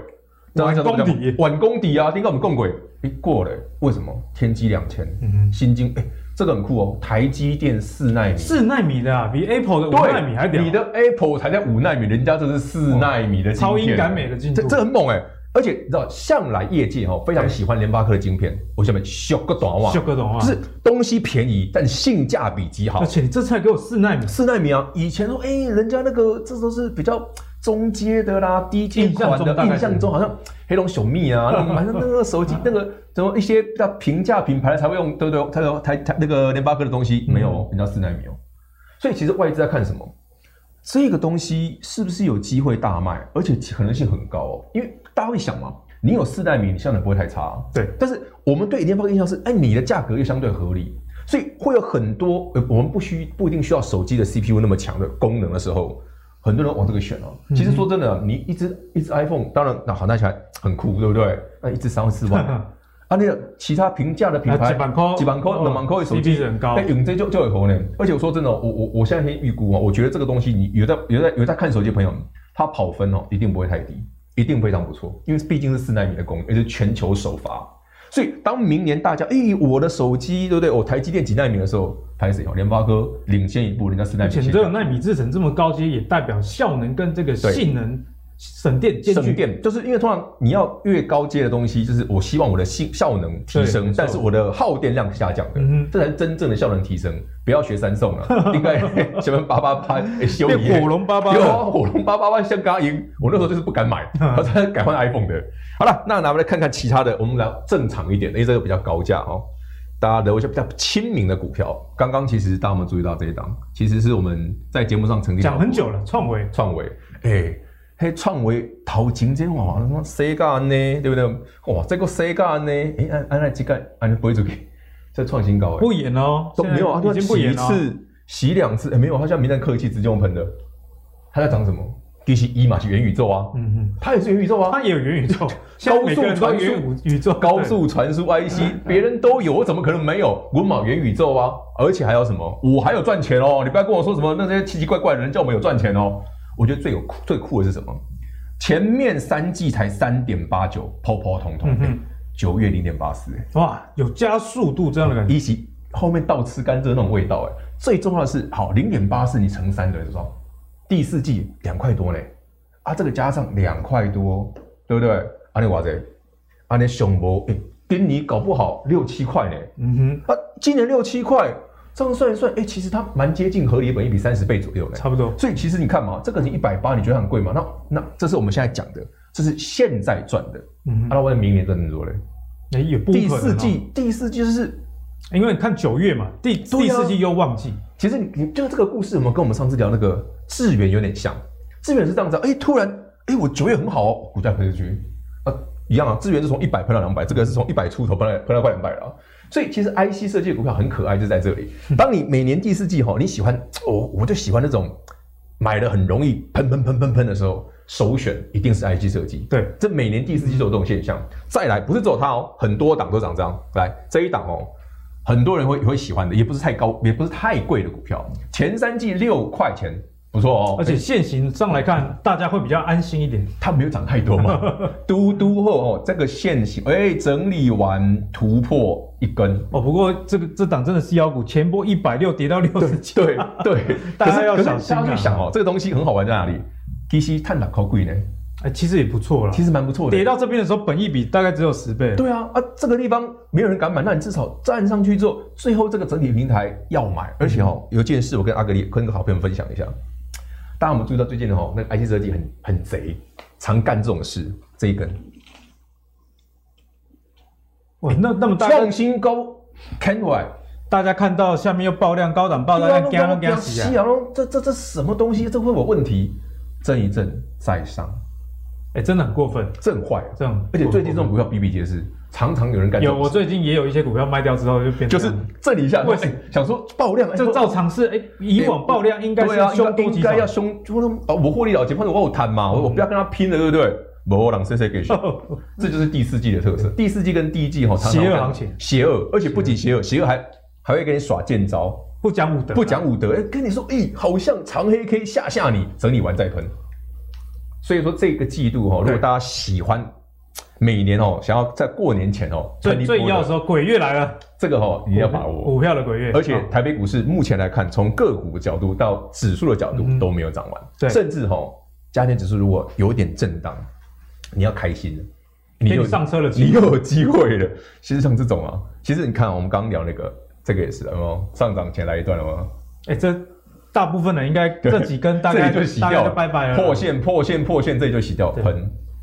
Speaker 1: 晚功底
Speaker 3: 晚功底啊，应该我们共轨哎过了欸，为什么？天玑两千，
Speaker 1: 嗯哼
Speaker 3: 新晶哎，这个很酷哦，台积电四纳米。
Speaker 1: 四纳米的啊，比 Apple 的五
Speaker 3: 对，
Speaker 1: 纳米还屌。
Speaker 3: 你的 Apple 才在五纳米，人家这是四纳米的晶片
Speaker 1: 超英赶美的进度
Speaker 3: 这这很猛哎、而且你知道，向来业界哈、哦、非常
Speaker 1: 对
Speaker 3: 喜欢联发科的晶片，我下面小个短袜，
Speaker 1: 小哥懂啊，
Speaker 3: 就是东西便宜，但性价比极好
Speaker 1: 而。且你这次还给我四纳米，
Speaker 3: 四纳米啊，以前说哎、人家那个这都是比较中阶的啦，低阶款
Speaker 1: 印象中大
Speaker 3: 的，
Speaker 1: 概是
Speaker 3: 印象中好像黑龙小蜜 啊，那种反正那个手机那个什么一些比较平价品牌才会用，对不对？才有台台那个联发科的东
Speaker 1: 嗯
Speaker 3: 西没有哦，人家四纳米哦。所以其实外资在看什么？这个东西是不是有机会大卖，而且可能性很高哦？因为大家会想嘛，你有四代米，你效能不会太差、啊。
Speaker 1: 对
Speaker 3: 但是我们对联发科的印象是，哎，你的价格又相对合理，所以会有很多呃，我们不需不一定需要手机的 CPU 那么强的功能的时候，很多人往这个选哦、其实说真的啊，你一只一只 iPhone，当然那好，那起来很酷，对不对？那一只三万四万。啊，那个其他平价的品
Speaker 1: 啊
Speaker 3: 牌，
Speaker 1: 几万块
Speaker 3: 几万块、
Speaker 1: 哦
Speaker 3: 两万块的手
Speaker 1: CP
Speaker 3: 机，
Speaker 1: 值很高
Speaker 3: 哎用这就就有可能。而且我说真的哦，我我我现在先预估啊，我觉得这个东西你有在有在有在看手机的朋友，它跑分哦一定不会太低，一定非常不错，因为毕竟是四纳米的功能，而且全球首发。所以当明年大家哎、我的手机对不对？我台积电几纳米的时候，拍谁哦？联发科领先一步，人家四纳
Speaker 1: 而
Speaker 3: 米
Speaker 1: 且
Speaker 3: 先
Speaker 1: 你
Speaker 3: 进。
Speaker 1: 这种纳米制程这么高阶，也代表效能跟这个性能省电兼
Speaker 3: 省
Speaker 1: 具。
Speaker 3: 电，就是因为通常你要越高阶的东西，就是我希望我的性效能提
Speaker 1: 对没
Speaker 3: 升，
Speaker 1: 错
Speaker 3: 但是我的耗电量下降的，
Speaker 1: 嗯哼
Speaker 3: 这才是真正的效能提升。不要学三送 了，应该前面八八八哎修
Speaker 1: 变
Speaker 3: 理耶
Speaker 1: 火龙巴巴
Speaker 3: 有
Speaker 1: 了，
Speaker 3: 啊，火龙八八八像刚赢，我那时候就是不敢买，
Speaker 1: 嗯
Speaker 3: 然后才改换 iPhone 的。好了，那咱们来看看其他的，我们来正常一点，哎因为这个比较高价哦。大家留一些比较亲民的股票。刚刚其实大家有没有注意到这一档？其实是我们在节目上曾经
Speaker 1: 讲很
Speaker 3: 过
Speaker 1: 久了，创维
Speaker 3: 创维，哎、嘿，创维头前真哇，什么世界安呢，对不对？哇，这个世界安呢，哎、安安那几个安尼飞出去，这创新高哎、
Speaker 1: 不演哦，
Speaker 3: 都没有啊，
Speaker 1: 现在已经
Speaker 3: 它
Speaker 1: 不
Speaker 3: 洗
Speaker 1: 演
Speaker 3: 一
Speaker 1: 了。
Speaker 3: 次，洗两次，哎、没有，它现在名单科技直接用喷的，它在涨什么？第七一嘛是元宇宙啊，
Speaker 1: 嗯嗯，
Speaker 3: 它也是元宇宙啊，
Speaker 1: 它也有元宇 宙，现在每个人都
Speaker 3: 传输
Speaker 1: 元宇宙
Speaker 3: 高速传输 IC，别人都有，我怎么可能没有？我买元宇宙啊，而且还有什么？我还有赚钱哦！你不要跟我说什么那些奇奇怪怪的人叫我们有赚钱哦。我觉得最有酷最酷的是什么？前面三季才三点八九，抛抛通通
Speaker 1: 嗯哼
Speaker 3: 哎九月零点八四，哎
Speaker 1: 对哇，有加速度这样的感觉。
Speaker 3: 一起后面倒吃甘蔗那种味道哎。最重要的是，好零点八四你乘三的多少？第四季两块多嘞，啊，这个加上两块多，对不对？啊，你哇塞，啊，你熊博哎，跟你搞不好六七块呢。
Speaker 1: 嗯哼，
Speaker 3: 啊，今年六七块，这样算一算，哎、其实它蛮接近合理的本益比三十倍左右嘞。
Speaker 1: 差不多。
Speaker 3: 所以其实你看嘛，这个你一百八，你觉得很贵嘛？那那这是我们现在讲的，这是现在赚的。
Speaker 1: 嗯
Speaker 3: 啊，那万一明年赚更多嘞？
Speaker 1: 哼，哎，也不可能
Speaker 3: 第
Speaker 1: 哦
Speaker 3: 四，季，第四季就是，
Speaker 1: 因为你看九月嘛，第
Speaker 3: 对
Speaker 1: 第
Speaker 3: 啊
Speaker 1: 四季又旺季，
Speaker 3: 其实你你就是这个故事，我们跟我们上次聊那个智源有点像。智源是这样子啊，哎、突然，哎、我九月很好哦，股价喷出去，啊，一样啊，智源是从一百喷到两百，这个是从一百出头喷到喷到快两百了啊。所以其实 IC 设计的股票很可爱，就在这里。当你每年第四季哈、你喜欢哦，我就喜欢那种买的很容易喷喷喷喷喷的时候，首选一定是 IC 设计。
Speaker 1: 对，
Speaker 3: 这每年第四季都有这种现象。再来，不是只有它哦，很多档都长这样。来，这一档哦，很多人会会喜欢的，也不是太高，也不是太贵的股票。前三季六块钱，不错哦，
Speaker 1: 而且现行上来看，大家会比较安心一点。
Speaker 3: 它没有涨太多 嘛。嘟嘟后哦，这个线型哎、整理完突破一根，
Speaker 1: 哦，不过这个这档真的是妖股，前波一百六跌到六十七，
Speaker 3: 对对，
Speaker 1: 大家
Speaker 3: 可是
Speaker 1: 要
Speaker 3: 可是
Speaker 1: 小心啊
Speaker 3: 大家去想哦，这个东西很好玩在哪里？T C 碳打高贵呢，
Speaker 1: 哎，其实也不错啦。哦
Speaker 3: 其实蛮不错的。
Speaker 1: 跌到这边的时候，本益比大概只有十倍。
Speaker 3: 对啊啊，这个地方没有人敢买，那你至少站上去之后，最后这个整体平台要买。
Speaker 1: 嗯
Speaker 3: 而且哦，有件事我跟阿格里跟个好朋友分享一下，大家有没有注意到最近哦，那个 IC 设计很很贼，常干这种事。这一根
Speaker 1: 哇，哦那那么大家
Speaker 3: 创新高 c a n d y
Speaker 1: 大家看到下面又爆量高档爆，大家惊都惊死啊！
Speaker 3: 啊！这这这什么东西？这会有问题？震一震再上，
Speaker 1: 哎，真的很过分，
Speaker 3: 震坏了。
Speaker 1: 这种。
Speaker 3: 而且最近这种股票比比皆是，常常有人干这
Speaker 1: 有，
Speaker 3: 种
Speaker 1: 我
Speaker 3: 事。
Speaker 1: 最近也有一些股票卖掉之后就变成
Speaker 3: 就是震一下，
Speaker 1: 为
Speaker 3: 为
Speaker 1: 什么
Speaker 3: 想说爆量，哎
Speaker 1: 这样就照常是哎，以往爆量应该
Speaker 3: 对啊，
Speaker 1: 是凶多
Speaker 3: 应
Speaker 1: 吉
Speaker 3: 该
Speaker 1: 少
Speaker 3: 要。凶，就是说哦，我获利了结，或者我有谈嘛，我我不要跟他拼了，对不对？某狼 C C 给选，这就是第四季的特色。第四季跟第一季哈，常常
Speaker 1: 邪恶
Speaker 3: 干
Speaker 1: 行情
Speaker 3: 邪恶，而且不仅邪恶，邪恶还还会给你耍剑招，
Speaker 1: 不讲武德，啊
Speaker 3: 不讲武德，哎，跟你说，哎，好像长黑 K 吓吓你，整理完再喷。所以说这个季度哈，如果
Speaker 1: 对
Speaker 3: 大家喜欢每年哦，想要在过年前哦，喷
Speaker 1: 最
Speaker 3: 一波
Speaker 1: 最要的
Speaker 3: 的
Speaker 1: 时候，鬼月来了，
Speaker 3: 这个哈，你要把握。
Speaker 1: 股票的鬼月，
Speaker 3: 而且
Speaker 1: 哦
Speaker 3: 台北股市目前来看，从个股的角度到指数的角度
Speaker 1: 嗯
Speaker 3: 都没有涨完，
Speaker 1: 对
Speaker 3: 甚至哈、加权指数如果有点震荡，你要开心了，你
Speaker 1: 给
Speaker 3: 有
Speaker 1: 你 上车的机
Speaker 3: 你
Speaker 1: 会
Speaker 3: 又有机会了。其实像这种啊，其实你看我们刚刚聊那个，这个也是，有没有上涨前来一段了吗？
Speaker 1: 哎，这大部分人应该
Speaker 3: 对
Speaker 1: 这几根大
Speaker 3: 这
Speaker 1: 概
Speaker 3: 里就洗
Speaker 1: 大
Speaker 3: 掉
Speaker 1: 概
Speaker 3: 了，
Speaker 1: 就拜拜了，
Speaker 3: 破线破线破线，这里就洗掉
Speaker 1: 对
Speaker 3: 喷，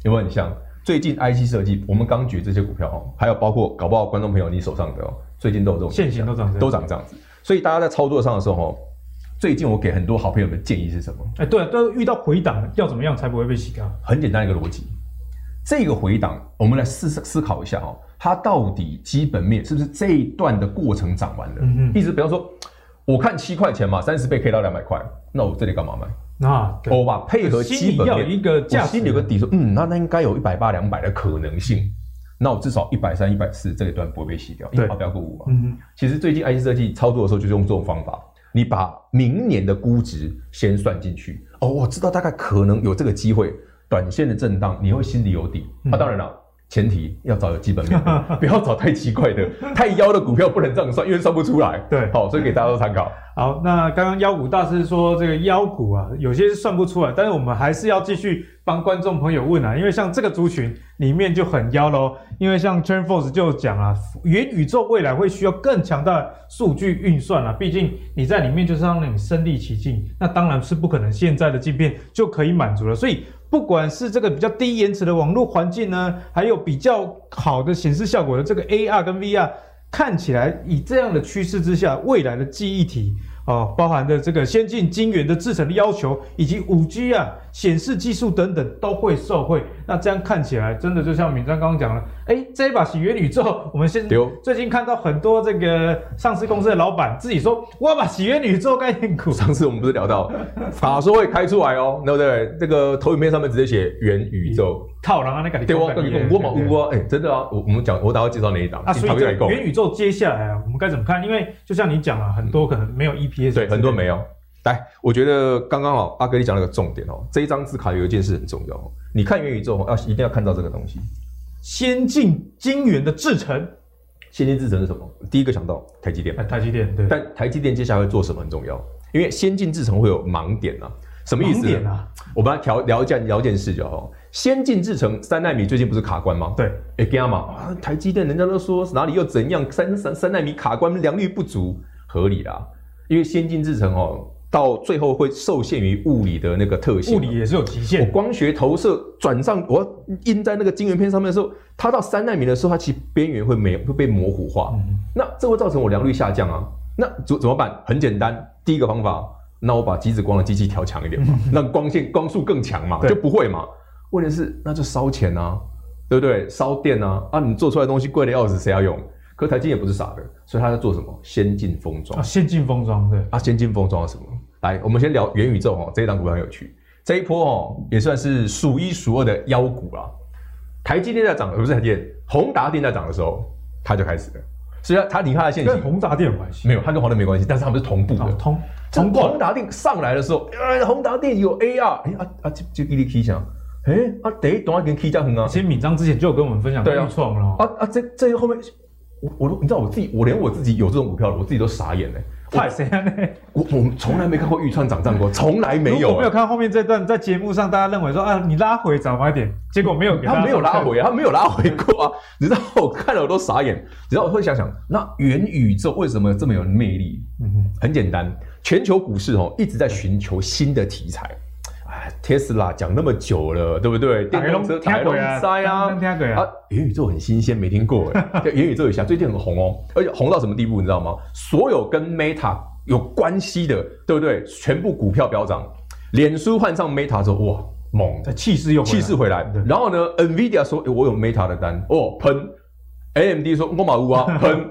Speaker 3: 有没有很像？最近 IC 设计，我们刚举这些股票哦，还有包括搞不好观众朋友你手上的哦，最近都有这种
Speaker 1: 现
Speaker 3: 现
Speaker 1: 行都
Speaker 3: 象
Speaker 1: 涨这样
Speaker 3: 都。长这样子。所以大家在操作上的时候，哦，最近我给很多好朋友们建议是什么？
Speaker 1: 哎，对，都遇到回档要怎么样才不会被洗掉？
Speaker 3: 很简单一个逻辑，这个回档我们来思思考一下哦，它到底基本面是不是这一段的过程涨完了？
Speaker 1: 嗯嗯
Speaker 3: 意思比方说，我看七块钱嘛，三十倍可以到两百块，那我这里干嘛买？
Speaker 1: 那对
Speaker 3: 我把配合基本
Speaker 1: 心里要有
Speaker 3: 面，
Speaker 1: 一个价
Speaker 3: 我
Speaker 1: 值
Speaker 3: 心里有个底说，嗯，那那应该有一百八、两百的可能性，那我至少一百三、一百四这一段不会被洗掉，因为
Speaker 1: 对
Speaker 3: 它标过五嘛。
Speaker 1: 嗯
Speaker 3: 其实最近 IC 设计操作的时候，就是用这种方法，你把明年的估值先算进去。哦，我知道大概可能有这个机会，短线的震荡你会心里有底。
Speaker 1: 嗯
Speaker 3: 啊，当然了。前提要找有基 本面的，不要找太奇怪的、太妖的股票，不能这样算，因为算不出来。
Speaker 1: 对
Speaker 3: 好，所以给大家做参考。
Speaker 1: 好，那刚刚妖股大师说这个妖股啊，有些是算不出来，但是我们还是要继续帮观众朋友问啊，因为像这个族群里面就很妖喽，因为像 t r a n f o r c e 就讲啊，元宇宙未来会需要更强大的数据运算啊，毕竟你在里面就是让你身临其境，那当然是不可能现在的镜片就可以满足了，所以。不管是这个比较低延迟的网络环境呢，还有比较好的显示效果的这个 AR 跟 VR，看起来以这样的趋势之下，未来的记忆体哦，包含的这个先进晶圆的制程的要求，以及五 G 啊显示技术等等都会受惠。那这样看起来，真的就像敏章刚刚讲了，哎，这一把洗元宇宙，我们现
Speaker 3: 对哦
Speaker 1: 最近看到很多这个上市公司的老板自己说，我要把洗元宇宙概念股
Speaker 3: 上次我们不是聊到法说会开出来哦，对不对？这个投影片上面直接写元宇宙，
Speaker 1: 套牢啊，那个
Speaker 3: 对我跟你讲，我嘛有啊，哎，真的啊，我我们讲，我打到介绍哪一档，
Speaker 1: 啊，所以这个
Speaker 3: 讲
Speaker 1: 元宇宙接下来啊，我们该怎么看？因为就像你讲了，很多可能没有 E EPS，
Speaker 3: 对，很多没有。来，我觉得刚刚哦，阿格力讲了个重点哦，这一张字卡有一件事很重要哦，你看元宇宙哦，要一定要看到这个东西。
Speaker 1: 先进晶圆的制程，
Speaker 3: 先进制程是什么？第一个想到台积电
Speaker 1: 哎，，台积电对，
Speaker 3: 但台积电接下来会做什么很重要，因为先进制程会有盲点啊。什么意思
Speaker 1: 盲点
Speaker 3: 呢？
Speaker 1: 啊，
Speaker 3: 我们来调聊一件聊一件事就好。哦先进制程三纳米最近不是卡关吗？
Speaker 1: 对，
Speaker 3: 哎，干嘛？啊台积电人家都说哪里又怎样，三三三纳米卡关，良率不足，合理啦。因为先进制程哦，到最后会受限于物理的那个特性哦
Speaker 1: 物
Speaker 3: 嘛。
Speaker 1: 理也是有极
Speaker 3: 我
Speaker 1: 限的，
Speaker 3: 光学投射转上，我要印在那个晶圆片上面的时候，它到三纳米的时候，它其实边缘会没有会被模糊化，那这会造成我良率下降啊。那怎怎么办？很简单，第一个方法，那我把极紫光的机器调强一点嘛，让光线光速更强嘛，
Speaker 1: 对
Speaker 3: 就不会嘛。问题是那就烧钱啊，对不对？烧电啊，啊你做出来的东西贵的要死，谁要用？可台积也不是傻的，所以他在做什么？先进封装
Speaker 1: 啊，。先进封装对，
Speaker 3: 啊，先进封装是什么？来，我们先聊元宇宙哦，这一档股票很有趣。这一波哦，也算是数一数二的妖股啦。台积电在涨，呃不是台积电，宏达电在涨的时候，它就开始了。所以它它离开了陷
Speaker 1: 跟
Speaker 3: 阱，
Speaker 1: 宏达电有关系。
Speaker 3: 没有，它跟黄灯没关系，但是它们是同步的
Speaker 1: 哦，。通
Speaker 3: 这
Speaker 1: 通过
Speaker 3: 宏达电上来的时候，呃，宏达电有 AR，哎啊啊，就就一力 K 响，哎啊，得等下跟 K 加横啊，
Speaker 1: 其实敏章之前就有跟我们分享
Speaker 3: 对啊
Speaker 1: 预创了哦，
Speaker 3: 啊啊，这这后面，我我都你知道我自己，我连我自己有这种股票了，我自己都傻眼嘞、
Speaker 1: 太谁啊？
Speaker 3: 我我们从来没看过玉川涨涨过，从来没
Speaker 1: 如
Speaker 3: 有、啊
Speaker 1: 果没有看后面这段，在节目上大家认为说啊，你拉回早买点，结果没有给大家
Speaker 3: 他没有拉
Speaker 1: 看
Speaker 3: 回啊，他没有拉回过啊！你知道我看了我都傻眼。你知道我会想想，那元宇宙为什么这么有魅力？
Speaker 1: 嗯
Speaker 3: 很简单，全球股市哦一直在寻求新的题材。哎，Tesla 讲那么久了，对不对？
Speaker 1: 台
Speaker 3: 电动车、
Speaker 1: 台
Speaker 3: 台
Speaker 1: 龙
Speaker 3: 龙
Speaker 1: 塞
Speaker 3: 塞
Speaker 1: 啊
Speaker 3: 啊，
Speaker 1: 台龙啊
Speaker 3: 啊，元宇宙很新鲜，没听过哎。对元宇宙一下最近很红哦，而且红到什么地步，你知道吗？所有跟 Meta 有关系的，对不对？全部股票飙涨，脸书换上 Meta 之后，哇，猛！
Speaker 1: 气势又回来
Speaker 3: 气势回来
Speaker 1: 对。
Speaker 3: 然后呢，NVIDIA 说、诶我有 Meta 的单，哦喷；AMD 说我马 乌啊喷。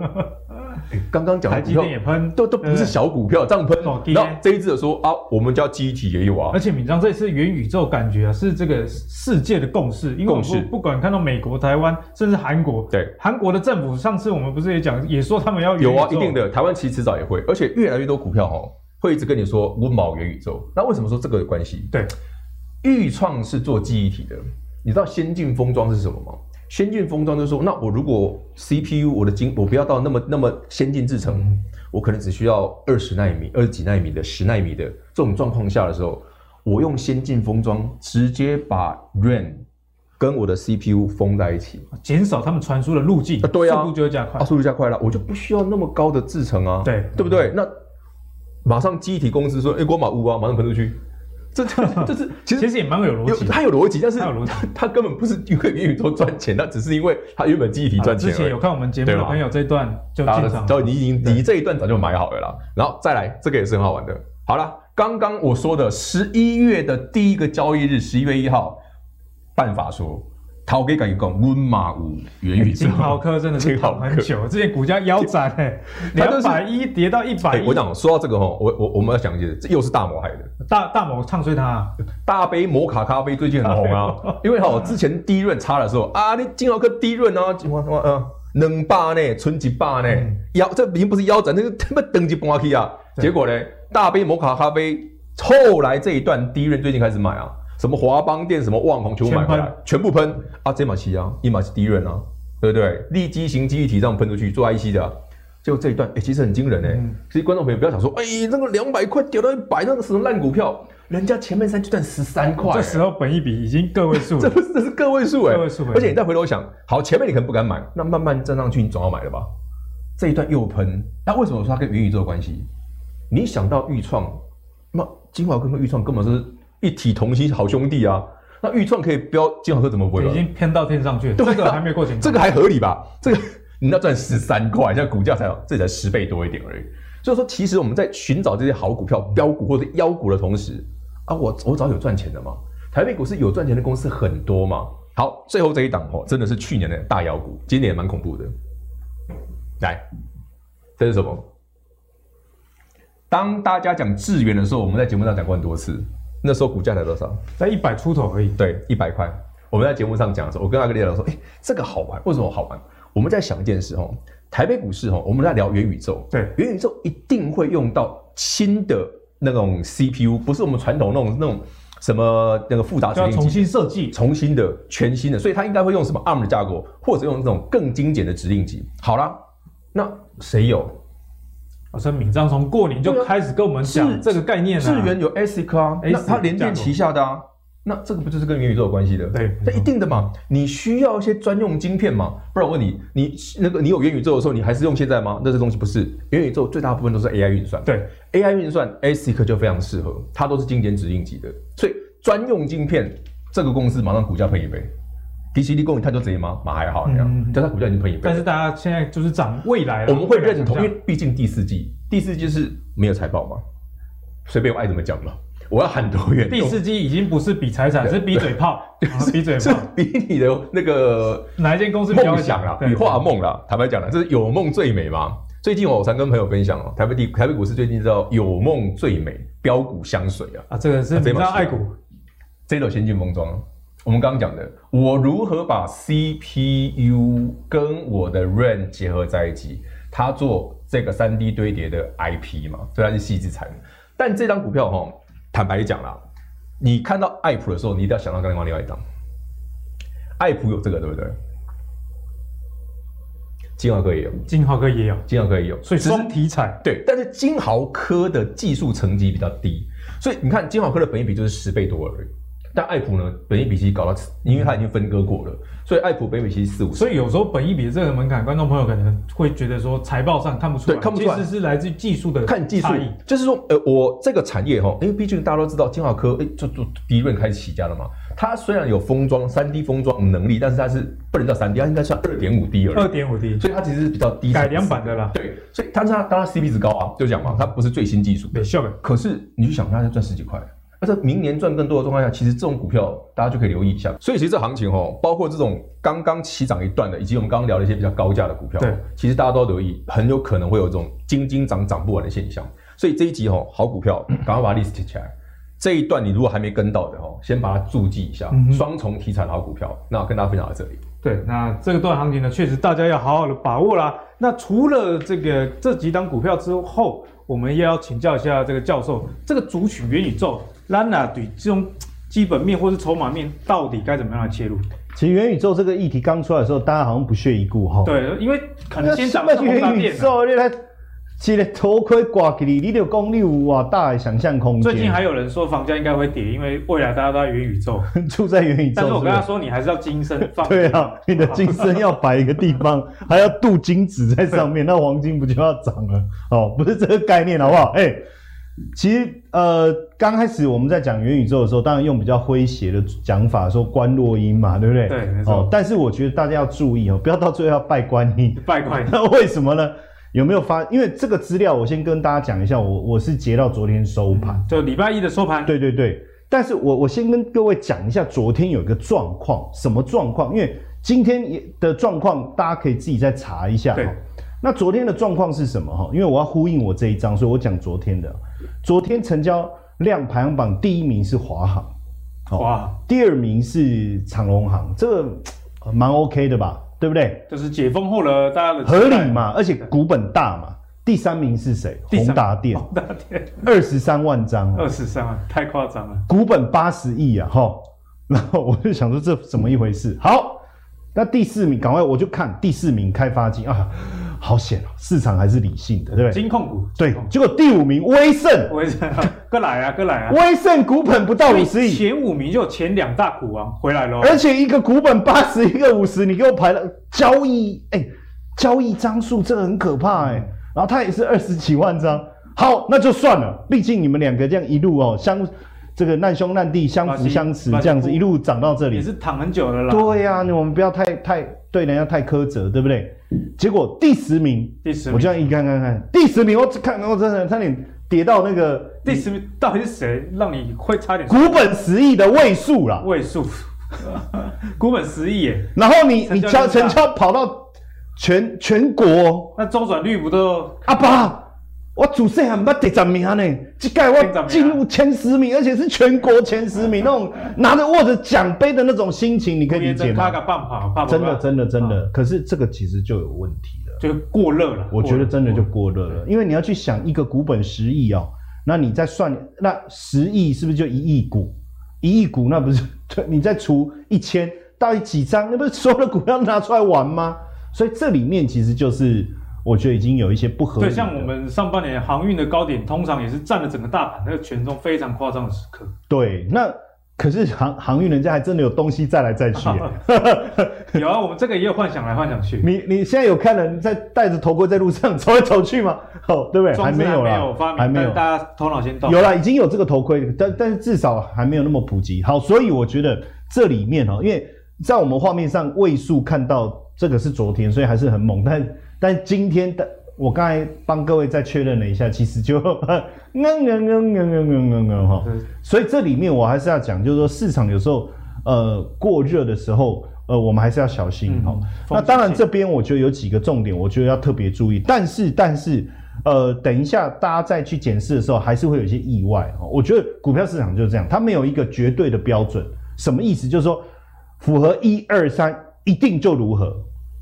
Speaker 3: 诶刚刚讲
Speaker 1: 台
Speaker 3: 的股
Speaker 1: 积电也
Speaker 3: 票
Speaker 1: 喷，
Speaker 3: 都都不是小股票，这样喷
Speaker 1: 哦。对
Speaker 3: 然后这一次的说啊，我们叫记忆体也有啊
Speaker 1: 而，且敏章这次元宇宙感觉啊，是这个世界的共识，因为我
Speaker 3: 共识
Speaker 1: 不不管看到美国、台湾，甚至韩国，
Speaker 3: 对，
Speaker 1: 韩国的政府上次我们不是也讲，也说他们要元宇宙
Speaker 3: 有啊，一定，的。台湾其实迟早也会，而且越来越多股票哦，会一直跟你说温毛元宇宙。那为什么说这个有关系？
Speaker 1: 对，
Speaker 3: 豫创是做记忆体的，你知道先进封装是什么吗？先进封装就是说，那我如果 CPU 我的晶我不要到那么那么先进制程，我可能只需要二十纳米、二十几纳米的、十纳米的这种状况下的时候，我用先进封装直接把 RAM 跟我的 CPU 封在一起，
Speaker 1: 减少他们传输的路径，
Speaker 3: 啊对啊
Speaker 1: 速度就会加快
Speaker 3: 啊，。速度加快了，我就不需要那么高的制程啊，
Speaker 1: 对
Speaker 3: 对不对？那马上记忆体公司说，哎、欸，我马乌啊，马上喷出去，这这这是其实
Speaker 1: 其实也蛮有逻
Speaker 3: 有
Speaker 1: 辑的。啊
Speaker 3: 它有逻辑，但是
Speaker 1: 它有逻辑
Speaker 3: 它它根本不是因为元宇宙赚钱，它只是因为它原本记忆体
Speaker 1: 啊
Speaker 3: 赚
Speaker 1: 之
Speaker 3: 钱
Speaker 1: 前
Speaker 3: 而
Speaker 1: 有
Speaker 3: 已。
Speaker 1: 看我们节目
Speaker 3: 对
Speaker 1: 的
Speaker 3: 吧
Speaker 1: 朋友这一段就
Speaker 3: 大家
Speaker 1: 进
Speaker 3: 都
Speaker 1: 场，
Speaker 3: 都你已经你这一段早就买好了啦，然后再来这个也是很好玩的。好了，刚刚我说的十一月的第一个交易日，十一月一号，办法说，陶给敢讲温马五元宇宙
Speaker 1: 哎金，豪科真的是
Speaker 3: 金豪
Speaker 1: 躺
Speaker 3: 科
Speaker 1: 很久，之前股价腰斩哎，
Speaker 3: 它
Speaker 1: 两
Speaker 3: 就是
Speaker 1: 百一跌到一百
Speaker 3: 哎、
Speaker 1: 一
Speaker 3: 我，讲说到这个哈，我我我们要讲一件事，这又是大摩害的。
Speaker 1: 大大某唱衰他啊，
Speaker 3: 大杯摩卡咖啡最近很红啊，因为哈、之前低润差的时候啊，你金豪科低润啊，我我嗯，两百呢，存一百呢
Speaker 1: 嗯，
Speaker 3: 腰这已经不是腰斩，那个他妈等级崩下去啊。
Speaker 1: 对
Speaker 3: 结果呢，大杯摩卡咖啡后来这一段低润最近开始买啊，什么华邦店、什么旺宏全部买回来，全部喷啊，这马西啊，一马是低润啊，对不对？立基型记忆体这样喷出去做 IC 的啊、就这一段，哎、其实很惊人哎、
Speaker 1: 嗯
Speaker 3: 所以观众朋友不要想说，哎、那个两百块掉到一百，那个什么烂股票，人家前面三就赚十三块、
Speaker 1: 哦这时候本一比已经个位数
Speaker 3: 这
Speaker 1: 了，
Speaker 3: 不是这是个位数哎、
Speaker 1: 个位数哎
Speaker 3: 而且你再回头想，好，前面你可能不敢买，那慢慢站上去，你总要买了吧？这一段又喷，那为什么我说它跟元宇宙有关系？你想到豫创，那金华科跟豫创根本是一体同心好兄弟啊。那豫创可以标金华科怎么不会
Speaker 1: 已
Speaker 3: 标？
Speaker 1: 经偏到天上去了，这
Speaker 3: 啊
Speaker 1: 个还没过检查
Speaker 3: 这个还合理吧？这个你要赚十三块，现在股价才这才十倍多一点而已。所以说，其实我们在寻找这些好股票、标股或者妖股的同时，啊，我我找有赚钱的嘛。台北股市有赚钱的公司很多嘛。好，最后这一档哦，真的是去年的大妖股，今年也蛮恐怖的。来，这是什么？当大家讲智源的时候，我们在节目上讲过很多次，那时候股价才多少？
Speaker 1: 在一百出头而已，
Speaker 3: 对，一百块。我们在节目上讲的时候，我跟阿格列老师说，哎、这个好玩，为什么好玩？我们在想一件事哦，台北股市哦，我们在聊元宇宙，
Speaker 1: 对
Speaker 3: 元宇宙一定会用到新的那种 CPU，不是我们传统那种那种什么那个复
Speaker 1: 就
Speaker 3: 杂处
Speaker 1: 要
Speaker 3: 理
Speaker 1: 啊重
Speaker 3: 器。
Speaker 1: 新设计。
Speaker 3: 重新的、全新的，所以它应该会用什么 ARM 的架构，或者用这种更精简的指令集。好啦，那谁有？
Speaker 1: 老师，哦敏章从过年就开始跟我们
Speaker 3: 对
Speaker 1: 讲
Speaker 3: 啊
Speaker 1: 这个概念了、
Speaker 3: 智源有 ASIC 啊，那
Speaker 1: ASIC
Speaker 3: 它联电旗下的啊，那这个不就是跟元宇宙有关系的？
Speaker 1: 对没
Speaker 3: 那
Speaker 1: 错
Speaker 3: 一定的嘛，你需要一些专用晶片嘛，不然我问你，你那个你有元宇宙的时候，你还是用现在吗？那这东西不是元宇宙最大部分都是 AI 运算，
Speaker 1: 对，
Speaker 3: AI 运算 ASIC 就非常适合，它都是精简指令级的，所以专用晶片这个公司马上股价喷一倍。迪士尼供应探究贼吗？马还好，你
Speaker 1: 嗯
Speaker 3: 看，但它股价已经喷一倍了。
Speaker 1: 但是大家现在就是涨未来了，
Speaker 3: 我们会认
Speaker 1: 未
Speaker 3: 同，因
Speaker 1: 来
Speaker 3: 为
Speaker 1: 想象
Speaker 3: 毕竟第四季，第四季是没有财报嘛，随便我爱怎么讲嘛，我要喊多远，
Speaker 1: 第四季已经不是比财产，是比嘴炮，啊比嘴
Speaker 3: 是
Speaker 1: 炮。
Speaker 3: 比你的那个
Speaker 1: 哪一间公司比较
Speaker 3: 梦想啊啦，
Speaker 1: 对
Speaker 3: 比画梦啦，坦白讲啦，这是有梦最美嘛。最近我常跟朋友分享哦，台北地台北股市最近叫有梦最美，标股香水啊，
Speaker 1: 啊，这个是
Speaker 3: 啊
Speaker 1: 比
Speaker 3: 这
Speaker 1: 较
Speaker 3: 把是
Speaker 1: 爱股，
Speaker 3: 这种先进封装，我们刚刚讲的，我如何把 CPU 跟我的 RAM 结合在一起，它做这个三 D 堆叠的 IP 嘛，所以它是细资产。但这张股票哈、坦白讲啦，你看到爱普的时候，你一定要想到刚刚另外一张，爱普有这个对不对？金豪科也有，
Speaker 1: 金豪科也有，
Speaker 3: 金豪科也有，
Speaker 1: 所以
Speaker 3: 只是
Speaker 1: 双题材
Speaker 3: 对，但是金豪科的技术层级比较低，所以你看金豪科的本益比就是十倍多而已。但爱普呢，本益比其实搞到，因为它已经分割过了，所以爱普本益比其实四五十。
Speaker 1: 所以有时候本一比的这个门槛，观众朋友可能会觉得说财报上看不出来，
Speaker 3: 对看不出来
Speaker 1: 其实是来自于技术的
Speaker 3: 看技术
Speaker 1: 差异。，
Speaker 3: 就是说，呃，我这个产业哈，因为毕竟大家都知道金豪科，哎、就就第一润开始起家了嘛。它虽然有封装三 D 封装能力，但是它是不能叫三 D，它应该算二点五 D 而
Speaker 1: 二
Speaker 3: 已，
Speaker 1: 点五 D
Speaker 3: 所以它其实是比较
Speaker 1: 呃
Speaker 3: 低
Speaker 1: 改
Speaker 3: 层次
Speaker 1: 良版的啦，
Speaker 3: 对，所以但是它当然 CP 值高啊，就讲嘛，它不是最新技术，
Speaker 1: 对，笑的。
Speaker 3: 可是你去想，它才赚十几块，那在明年赚更多的状况下，其实这种股票大家就可以留意一下。所以其实这行情哦，包括这种刚刚起涨一段的，以及我们刚刚聊的一些比较高价的股票，
Speaker 1: 对，
Speaker 3: 其实大家都要留意，很有可能会有这种斤斤涨涨不完的现象。所以这一集哦，好 股票，赶快把历史记起来。这一段你如果还没跟到的哦，先把它注记一下
Speaker 1: 嗯。哼
Speaker 3: 双重题材的好股票，那跟大家分享到这里。
Speaker 1: 对，那这段行情呢，确实大家要好好的把握啦。那除了这个这几档股票之后，我们也要请教一下这个教授，这个族群元宇宙、Lana 对这种基本面或是筹码面到底该怎么样来切入？
Speaker 2: 其实元宇宙这个议题刚出来的时候，大家好像不屑一顾哈。，
Speaker 1: 对，因为可能
Speaker 2: 那
Speaker 1: 先
Speaker 2: 什
Speaker 1: 涨
Speaker 2: 么
Speaker 1: 上宏达
Speaker 2: 元宇
Speaker 1: 电啊，
Speaker 2: 宙？你来，一个头盔挂起你，你就功力有啊大的想象空间。
Speaker 1: 最近还有人说房价应该会跌，因为未来大家都在元宇宙。
Speaker 2: 住在元宇宙
Speaker 1: 但是我
Speaker 2: 不
Speaker 1: 跟他说，你还是要精深放。
Speaker 2: 对啊，你的金身要摆一个地方，还要镀金子在上面，那黄金不就要涨了？哦，不是这个概念，好不好？哎、 其实呃，刚开始我们在讲元宇宙的时候，当然用比较诙谐的讲法说观落音嘛，对不对？
Speaker 1: 对没错
Speaker 2: 哦，但是我觉得大家要注意哦，不要到最后要拜观音。
Speaker 1: 拜快
Speaker 2: 那为什么呢？有没有发？因为这个资料，我先跟大家讲一下，我我是截到昨天收盘。
Speaker 1: 就礼拜一的收盘，
Speaker 2: 对对对，但是我我先跟各位讲一下，昨天有一个状况，什么状况？因为今天也的状况，大家可以自己再查一下。
Speaker 1: 对
Speaker 2: 哈那昨天的状况是什么？哈，因为我要呼应我这一章，所以我讲昨天的。昨天成交量排行榜第一名是华航，
Speaker 1: 哇，
Speaker 2: 第二名是长隆航，这个呃蛮 OK 的吧？对不对？
Speaker 1: 就是解封后了，大家的期待
Speaker 2: 合理？嘛，而且股本大嘛。第三名是谁？
Speaker 1: 第
Speaker 2: 宏
Speaker 1: 三
Speaker 2: 达电，
Speaker 1: 宏达电
Speaker 2: 二十三万张、哦。
Speaker 1: 二十三万，太夸张了。
Speaker 2: 股本八十亿啊，哈，然后我就想说这怎么一回事？好，那第四名，赶快我就看第四名开发金啊，好险啊，市场还是理性的，对不对？
Speaker 1: 金控股，
Speaker 2: 对，结果第五名威盛，
Speaker 1: 我也是，哥来啊，哥来啊！
Speaker 2: 威盛股本不到五十亿，
Speaker 1: 前五名就有前两大股王回来喽。
Speaker 2: 而且一个股本八十，一个五十，你给我排了交易，哎、交易张数这个很可怕哎、然后它也是二十几万张，好，那就算了，毕竟你们两个这样一路哦相，这个难兄难弟，相
Speaker 1: 巴
Speaker 2: 扶
Speaker 1: 西
Speaker 2: 相持
Speaker 1: 巴，西
Speaker 2: 这样子
Speaker 1: 布
Speaker 2: 一路涨到这里
Speaker 1: 也，是躺很久了啦。
Speaker 2: 对呀、你我们不要太太对人家太苛责，对不对？结果第十名，
Speaker 1: 第十名
Speaker 2: 我这样一看看看，第十名，我只看我真的差点跌到那个
Speaker 1: 第十名到底是谁让你会差点
Speaker 2: 股本十亿的位数啦。
Speaker 1: 位数？ 股本十亿耶，
Speaker 2: 然后你
Speaker 1: 成
Speaker 2: 你
Speaker 1: 交量
Speaker 2: 交
Speaker 1: 大
Speaker 2: 成交跑到全全国哦
Speaker 1: 那周转率不都
Speaker 2: 阿爸，我主持人捌第十名呢，这
Speaker 1: 第十
Speaker 2: 届
Speaker 1: 名
Speaker 2: 我
Speaker 1: 啊
Speaker 2: 进入前十名，而且是全国前十名，那 种拿着握着奖杯的那种心情，你可以理解
Speaker 1: 他
Speaker 2: 吗？
Speaker 1: 个棒跑，棒跑
Speaker 2: 真的真的真的，可是这个其实就有问题了。
Speaker 1: 就过热了。
Speaker 2: 我觉得真的就过热
Speaker 1: 过
Speaker 2: 了，因为你要去想一个股本十亿哦，那你再算那十亿是不是就一亿股？一亿股那不是 你再除一千到底几张？那不是所有的股票拿出来玩吗？所以这里面其实就是我觉得已经有一些不合理
Speaker 1: 对，
Speaker 2: 的。
Speaker 1: 像我们上半年航运的高点，通常也是占了整个大盘那个权重非常夸张的时 刻。
Speaker 2: 对那可是航航运人家还真的有东西再 来再去 耶。
Speaker 1: 有啊，我们这个也有幻想来幻想去，
Speaker 2: 你你现在有看人在戴着头盔在路上走来走去吗？哦，对不对？
Speaker 1: 装置
Speaker 2: 没有
Speaker 1: 没
Speaker 2: 啦，
Speaker 1: 有发
Speaker 2: 还
Speaker 1: 明，
Speaker 2: 没有
Speaker 1: 但。大家头脑先动。
Speaker 2: 有啦，已经有这个头盔，但但是至少还没有那么普及。好，所以我觉得这里面哦、因为在我们画面上位数看到这个是昨天，所以还是很猛。但但今天的我刚才帮各位再确认了一下，其实就 嗯嗯嗯嗯嗯嗯嗯嗯哈。
Speaker 1: 对
Speaker 2: 所以这里面我还是要讲，就是说市场有时候呃过热的时候，呃我们还是要小心
Speaker 1: 嗯
Speaker 2: 哈、
Speaker 1: 风
Speaker 2: 那
Speaker 1: 险
Speaker 2: 当然
Speaker 1: 性
Speaker 2: 这边我觉得有几个重点，我觉得要特别注意。但是但是呃，等一下大家再去检视的时候，还是会有一些意外哈、我觉得股票市场就是这样，它没有一个绝对的标准。什么意思？就是说符合一二三一定就如何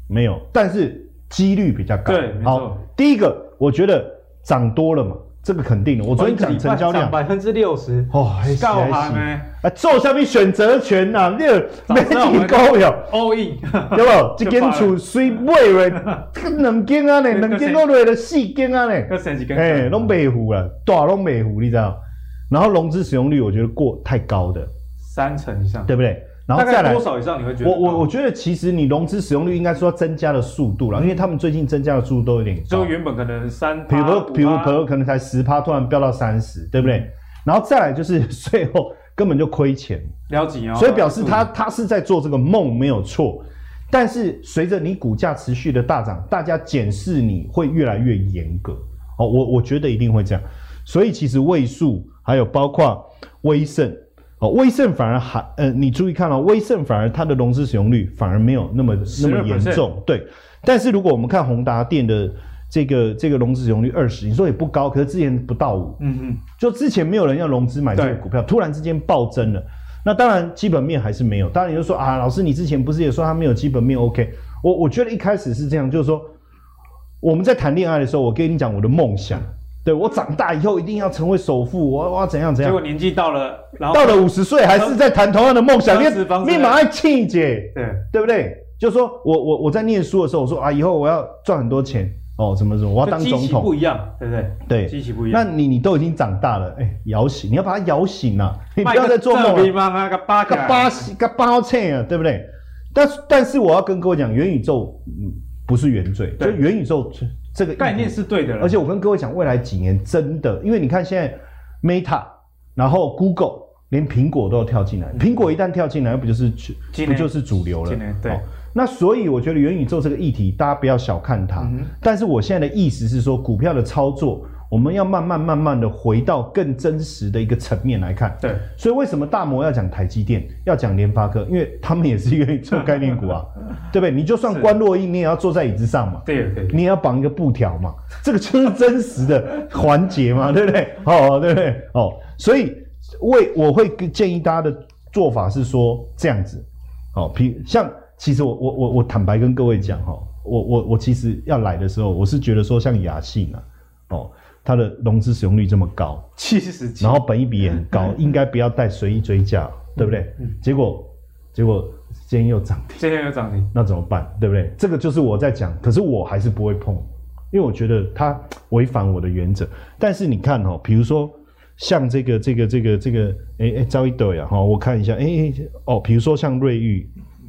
Speaker 2: 没有，但是几率比较高。
Speaker 1: 对没错
Speaker 2: 好，第一个我觉得涨多了嘛，这个肯定的。我昨天讲成交量，
Speaker 4: 百分之六十，
Speaker 2: 哦，还是
Speaker 1: 告
Speaker 2: 还
Speaker 1: 行
Speaker 2: 是
Speaker 1: 呢
Speaker 2: 啊，做下面选择权呐、啊，你有
Speaker 1: 早
Speaker 2: 没
Speaker 1: 知道我
Speaker 2: 几
Speaker 1: 们
Speaker 2: 高票，
Speaker 1: ，all in，
Speaker 2: 对不？一
Speaker 1: 就
Speaker 2: 间
Speaker 1: 罢了
Speaker 2: 厝水买落，两间啊呢，
Speaker 1: 对
Speaker 2: 两间都落了四间啊呢。
Speaker 1: 要升级跟
Speaker 2: 哎，拢北湖了，大拢北湖，你知道？然后融资使用率我觉得过太高的，
Speaker 4: 三成以上，
Speaker 2: 对不对？然后
Speaker 4: 大
Speaker 2: 再
Speaker 4: 概
Speaker 2: 来
Speaker 4: 多，少以上你会觉得
Speaker 2: 我
Speaker 4: 高？
Speaker 2: 我我觉得其实你融资使用率应该说增加的速度
Speaker 4: 嗯
Speaker 2: 了，因为他们最近增加的速度都有点
Speaker 1: 就
Speaker 2: 高，
Speaker 1: 原本可能三，
Speaker 2: 比如说比如可
Speaker 1: 可
Speaker 2: 能可能才十趴，突然飙到三十，对不对？然后再来就是 最后根本就亏钱，
Speaker 1: 了解哦，
Speaker 2: 所以表示他他是在做这个梦没有错，但是随着你股价持续的大涨，大家检视你会越来越严格哦，我我觉得一定会这样，所以其实位数还有包括威盛哦，威盛反而还呃，你注意看哦，威盛反而它的融资使用率反而没有那么那么严重，对，但是如果我们看宏达电的。这个这个融资使用率二十，你说也不高，可是之前不到五，
Speaker 1: 嗯嗯，
Speaker 2: 就之前没有人要融资买这个
Speaker 1: 对
Speaker 2: 股票，突然之间暴增了。那当然基本面还是没有。当然你就说啊，老师你之前不是也说他没有基本面？OK，我我觉得一开始是这样，就是说我们在谈恋爱的时候，我跟你讲我的梦想，对我长大以后一定要成为首富，我我要怎样
Speaker 1: 结
Speaker 2: 怎样
Speaker 1: 果。年纪到了，然后
Speaker 2: 啊到了五十岁还是在谈同样的梦想，
Speaker 1: 房
Speaker 2: 你
Speaker 1: 子房子
Speaker 2: 你马上气姐，
Speaker 1: 对，
Speaker 2: 对不对？就说我我我在念书的时候，我说啊，以后我要赚很多钱哦，什么什么，我要
Speaker 1: 就
Speaker 2: 当
Speaker 1: 基
Speaker 2: 总
Speaker 1: 期
Speaker 2: 统
Speaker 1: 不，一样，对不对？
Speaker 2: 对，
Speaker 1: 基期不一
Speaker 2: 那
Speaker 1: 样。
Speaker 2: 你你都已经长大了，哎、摇醒，你要把它摇醒啊！你不
Speaker 1: 卖
Speaker 2: 要再做梦了，
Speaker 1: 吗？那个啊八
Speaker 2: 个巴西个巴切啊，对不对？但是但是我要跟各位讲，元宇宙嗯不是原罪，就
Speaker 1: 对
Speaker 2: 元宇宙这这个议题
Speaker 1: 概念，是对的了，
Speaker 2: 而且我跟各位讲，未来几年真的，因为你看现在 Meta，然后 Google，连苹果都要跳进来，苹果一旦跳进来，不就是
Speaker 1: 今
Speaker 2: 不
Speaker 1: 年
Speaker 2: 就是主流了
Speaker 1: 今？年对
Speaker 2: 哦，那所以我觉得元宇宙这个议题，大家不要小看它。
Speaker 1: 嗯哼
Speaker 2: 但是我现在的意思是说，股票的操作，我们要慢慢慢慢的回到更真实的一个层面来看。
Speaker 1: 对，
Speaker 2: 所以为什么大摩要讲台积电，要讲联发科，因为他们也是元宇宙概念 股啊，对不对？你就算关落印，你也要坐在椅子上嘛。
Speaker 1: 对对，
Speaker 2: 你也要绑一个布条嘛，这个就是真实的环节嘛， 对不对？哦，对不对？哦，所以为我会建议大家的做法是说这样子，哦，比像其实我我我我坦白跟各位讲哈、哦，我我我其实要来的时候，我是觉得说像雅信啊，哦，它的融资使用率这么高，
Speaker 1: 七十几
Speaker 2: 然，后本益比也很高，应该不要带随意追加，对不对？结果结果今天又涨停。
Speaker 1: 今天有涨停，
Speaker 2: 那怎么办？对不对？这个就是我在讲，可是我还是不会碰，因为我觉得它违反我的原则。但是你看哦，比如说像这个这个这个这个，哎哎，招一德呀哈，我看一下，哎哎哦，比如说像瑞昱，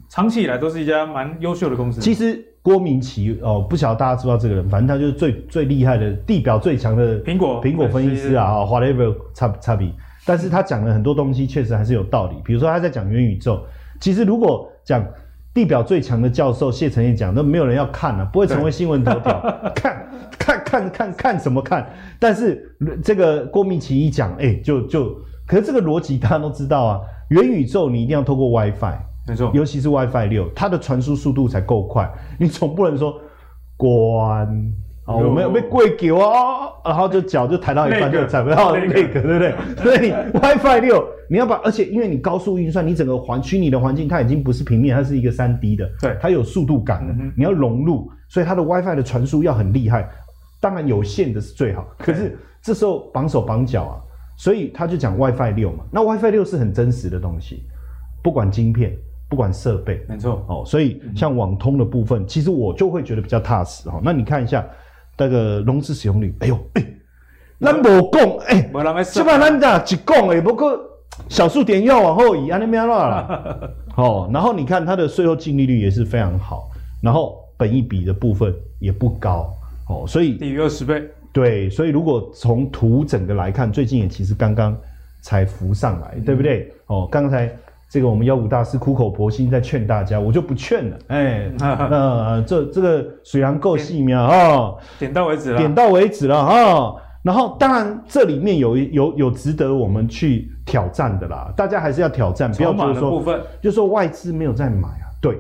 Speaker 1: 长期以来都是一家蛮优秀的公司。
Speaker 2: 其实郭明奇哦，不晓得大家知不知道这个人，反正他就是最最厉害的地表最强的
Speaker 1: 苹果
Speaker 2: 苹果分析师啊，哦，whatever 差差别。但是他讲了很多东西，确实还是有道理。比如说他在讲元宇宙，其实如果讲地表最强的教授谢承彦讲，那没有人要看了、啊，不会成为新闻头条，看看看看看什么看？但是这个郭明奇一讲，哎、就就，可是这个逻辑大家都知道啊，元宇宙你一定要透过 WiFi。
Speaker 1: 没错，
Speaker 2: 尤其是 WiFi 六，它的传输速度才够快。 你总不能说关啊，
Speaker 1: 哟
Speaker 2: 我们有被跪给哦，然后就脚就抬到一半
Speaker 1: 那个
Speaker 2: 就踩不到那
Speaker 1: 那个
Speaker 2: 个，对不对？所以你 WiFi 六，你要把，而且因为你高速运算，你整个环虚拟的环境它已经不是平面，它是一个三 D 的，
Speaker 1: 对
Speaker 2: 它有速度感的
Speaker 1: 嗯哼，
Speaker 2: 你要融入，所以它的 WiFi 的传输要很厉害。当然有线的是最好，可是这时候绑手绑脚啊，所以他就讲 WiFi 六嘛。那 WiFi 六是很真实的东西，不管晶片，不管设备
Speaker 1: 没错，
Speaker 2: 哦，所以
Speaker 1: 嗯
Speaker 2: 像网通的部分，其实我就会觉得比较踏实哦。那你看一下那个融资使用率，哎呦，哎、咱无讲，哎、
Speaker 1: 没人要
Speaker 2: 起
Speaker 1: 算
Speaker 2: 码咱俩一讲诶，不过小数点要往后移，安尼咩啦啦。哦，然后你看它的税后净利率也是非常好，然后本益比的部分也不高哦，所以
Speaker 1: 低于二十倍，
Speaker 2: 对，所以如果从图整个来看，最近也其实刚刚才浮上来，对不对？哦，刚才这个我们妖股大师苦口婆心在劝大家，我就不劝了，哎，呃，这这个水然够细妙哦，
Speaker 1: 点到为止了。
Speaker 2: 点到为止了哈、然后当然这里面有有有值得我们去挑战的啦，大家还是要挑战，不要
Speaker 1: 筹
Speaker 2: 就
Speaker 1: 码
Speaker 2: 是
Speaker 1: 的部
Speaker 2: 说
Speaker 1: 分，
Speaker 2: 就说外资没有在买啊。对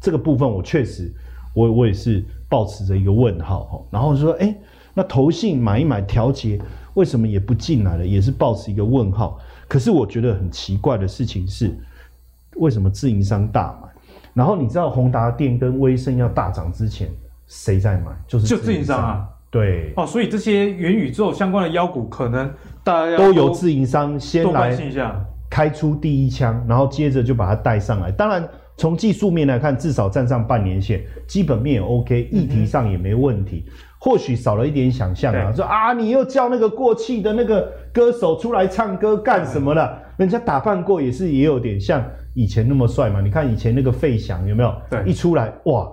Speaker 2: 这个部分，我确实我我也是抱持着一个问号哈。然后就说，哎，那投信买一买调节，为什么也不进来了？也是抱持一个问号。可是我觉得很奇怪的事情是，为什么自营商大买？然后你知道宏达电跟威盛要大涨之前，谁在买？就是
Speaker 1: 就自营商啊。
Speaker 2: 对，
Speaker 1: 哦，所以这些元宇宙相关的妖股，可能大家
Speaker 2: 都由自营商先
Speaker 1: 多关
Speaker 2: 来
Speaker 1: 心一下。
Speaker 2: 开出第一枪，然后接着就把它带上来。当然，从技术面来看，至少站上半年线，基本面也
Speaker 1: 嗯
Speaker 2: OK，议题上也没问题。或许少了一点想象啊，
Speaker 1: 对
Speaker 2: 说啊，你又叫那个过气的那个歌手出来唱歌干什么了？人家打扮过也是也有点像以前那么帅嘛。你看以前那个费翔有没有？
Speaker 1: 对
Speaker 2: 一出来哇，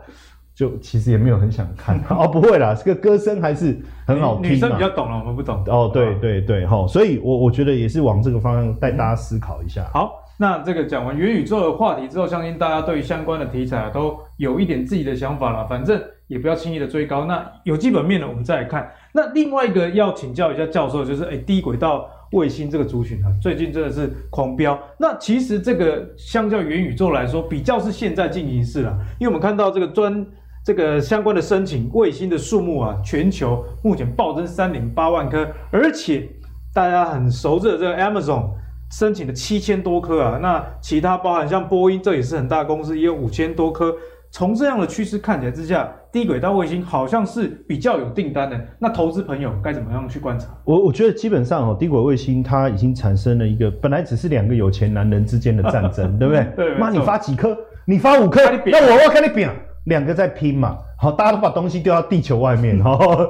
Speaker 2: 就其实也没有很想看 哦，不会啦，这个歌声还是很好
Speaker 1: 女
Speaker 2: 听
Speaker 1: 女生
Speaker 2: 嘛
Speaker 1: 比较啊懂了，我们不懂。
Speaker 2: 哦，对对对，哈，所以我我觉得也是往这个方向带大家思考一下。
Speaker 1: 好，那这个讲完元宇宙的话题之后，相信大家对于相关的题材啊都有一点自己的想法了。反正也不要轻易的追高。那有基本面的，我们再来看。那另外一个要请教一下教授，就是哎，低轨道卫星这个族群啊，最近真的是狂飙。那其实这个相较元宇宙来说，比较是现在进行式了，因为我们看到这个专。这个相关的申请卫星的数目啊，全球目前暴增三点八万颗，而且大家很熟知的这个 Amazon 申请了七千多颗啊，那其他包含像波音，这也是很大公司，也有五千多颗。从这样的趋势看起来之下，低轨道卫星好像是比较有订单的。那投资朋友该怎么样去观察？
Speaker 2: 我我觉得基本上哦，低轨卫星它已经产生了一个本来只是两个有钱男人之间的战 争，对不对？
Speaker 1: 对没
Speaker 2: 妈，你
Speaker 1: 错
Speaker 2: 发几颗？你发五颗
Speaker 1: 跟你，比
Speaker 2: 那我要跟你比，两个在拼嘛。好，大家都把东西丢到地球外面，哦，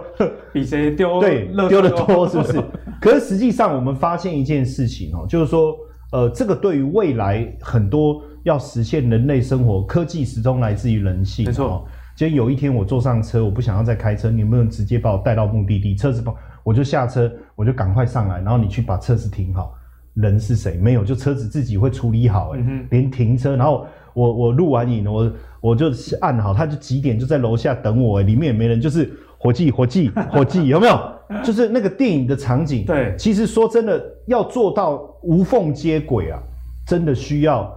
Speaker 1: 比谁丢
Speaker 2: 对
Speaker 1: 垃圾，
Speaker 2: 丢的多是不 是？可是实际上我们发现一件事情哦，就是说，呃，这个对于未来很多要实现人类生活，科技始终来自于人性，
Speaker 1: 没错
Speaker 2: 哦。今天有一天我坐上车，我不想要再开车，你能不能直接把我带到目的地？车子帮我就下车，我就赶快上来，然后你去把车子停好。人是谁？没有，就车子自己会处理好、欸，
Speaker 1: 嗯哼
Speaker 2: 连停车，然后我我录完影，我我就按好，他就几点就在楼下等我、欸，里面也没人，就是伙计伙计伙计， 有没有？就是那个电影的场景。
Speaker 1: 对
Speaker 2: 其实说真的，要做到无缝接轨啊，真的需要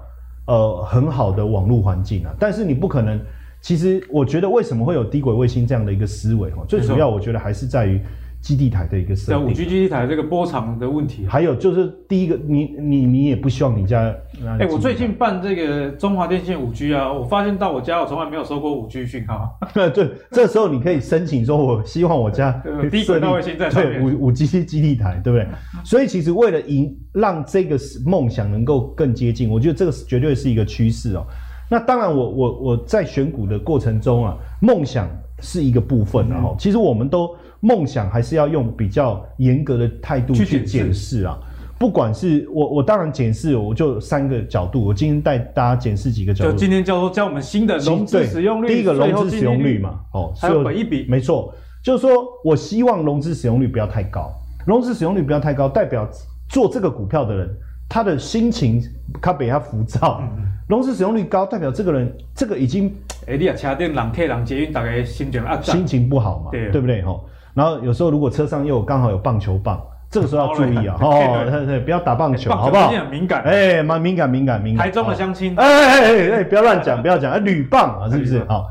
Speaker 2: 呃很好的网络环境啊，但是你不可能。其实我觉得为什么会有低轨卫星这样的一个思维哈，最
Speaker 1: 没错
Speaker 2: 主要我觉得还是在于基地台的一个设
Speaker 1: 在
Speaker 2: 定。
Speaker 1: 五 G 基地台这个波长的问题啊。
Speaker 2: 还有就是第一个，你你你也不希望你家，
Speaker 1: 哎、我最近办这个中华电信五 G 啊，我发现到我家我从来没有收过五 G 讯号。啊
Speaker 2: 对，这时候你可以申请说，我希望我家
Speaker 1: 对呃对低轨道卫星在上面
Speaker 2: 对五五 G 基地台，对不对？所以其实为了赢，让这个梦想能够更接近，我觉得这个是绝对是一个趋势哦。那当然我，我我在选股的过程中啊，梦想是一个部分
Speaker 1: 嗯
Speaker 2: 然后、其实我们都梦想还是要用比较严格的态度
Speaker 1: 去
Speaker 2: 去
Speaker 1: 检视
Speaker 2: 检视啊。不管是我，我当然检视，我就三个角度。我今天带大家检视几个角
Speaker 1: 就
Speaker 2: 度。
Speaker 1: 今天教授教我们新的融资
Speaker 2: 对
Speaker 1: 使用率，
Speaker 2: 第一个
Speaker 1: 税后
Speaker 2: 融资
Speaker 1: 净
Speaker 2: 使用
Speaker 1: 利
Speaker 2: 率嘛，哦，
Speaker 1: 还有
Speaker 2: 所以
Speaker 1: 本益比
Speaker 2: 没错，就是说我希望融资使用率不要太高，融资使用率不要太高，代表做这个股票的人他的心情他比他浮躁，
Speaker 1: 嗯
Speaker 2: 融资使用率高代表这个人这个已经
Speaker 1: 哎、你啊，车顶人客人捷运，大家心情压啊榨。
Speaker 2: 心情不好嘛，
Speaker 1: 对
Speaker 2: 对不对？哈，然后有时候如果车上又有刚好有棒球棒，这个时候要注意啊，
Speaker 1: 哦
Speaker 2: 哦，
Speaker 1: 对
Speaker 2: 对对，不要打棒球，
Speaker 1: 棒球
Speaker 2: 好不好
Speaker 1: 最近？很敏感
Speaker 2: 哎，蛮敏感，敏感，敏感。
Speaker 1: 台中的
Speaker 2: 哦
Speaker 1: 相亲，
Speaker 2: 哎哎哎哎，不要乱讲，不要讲，啊，铝棒啊，是不是
Speaker 1: 铝？
Speaker 2: 好，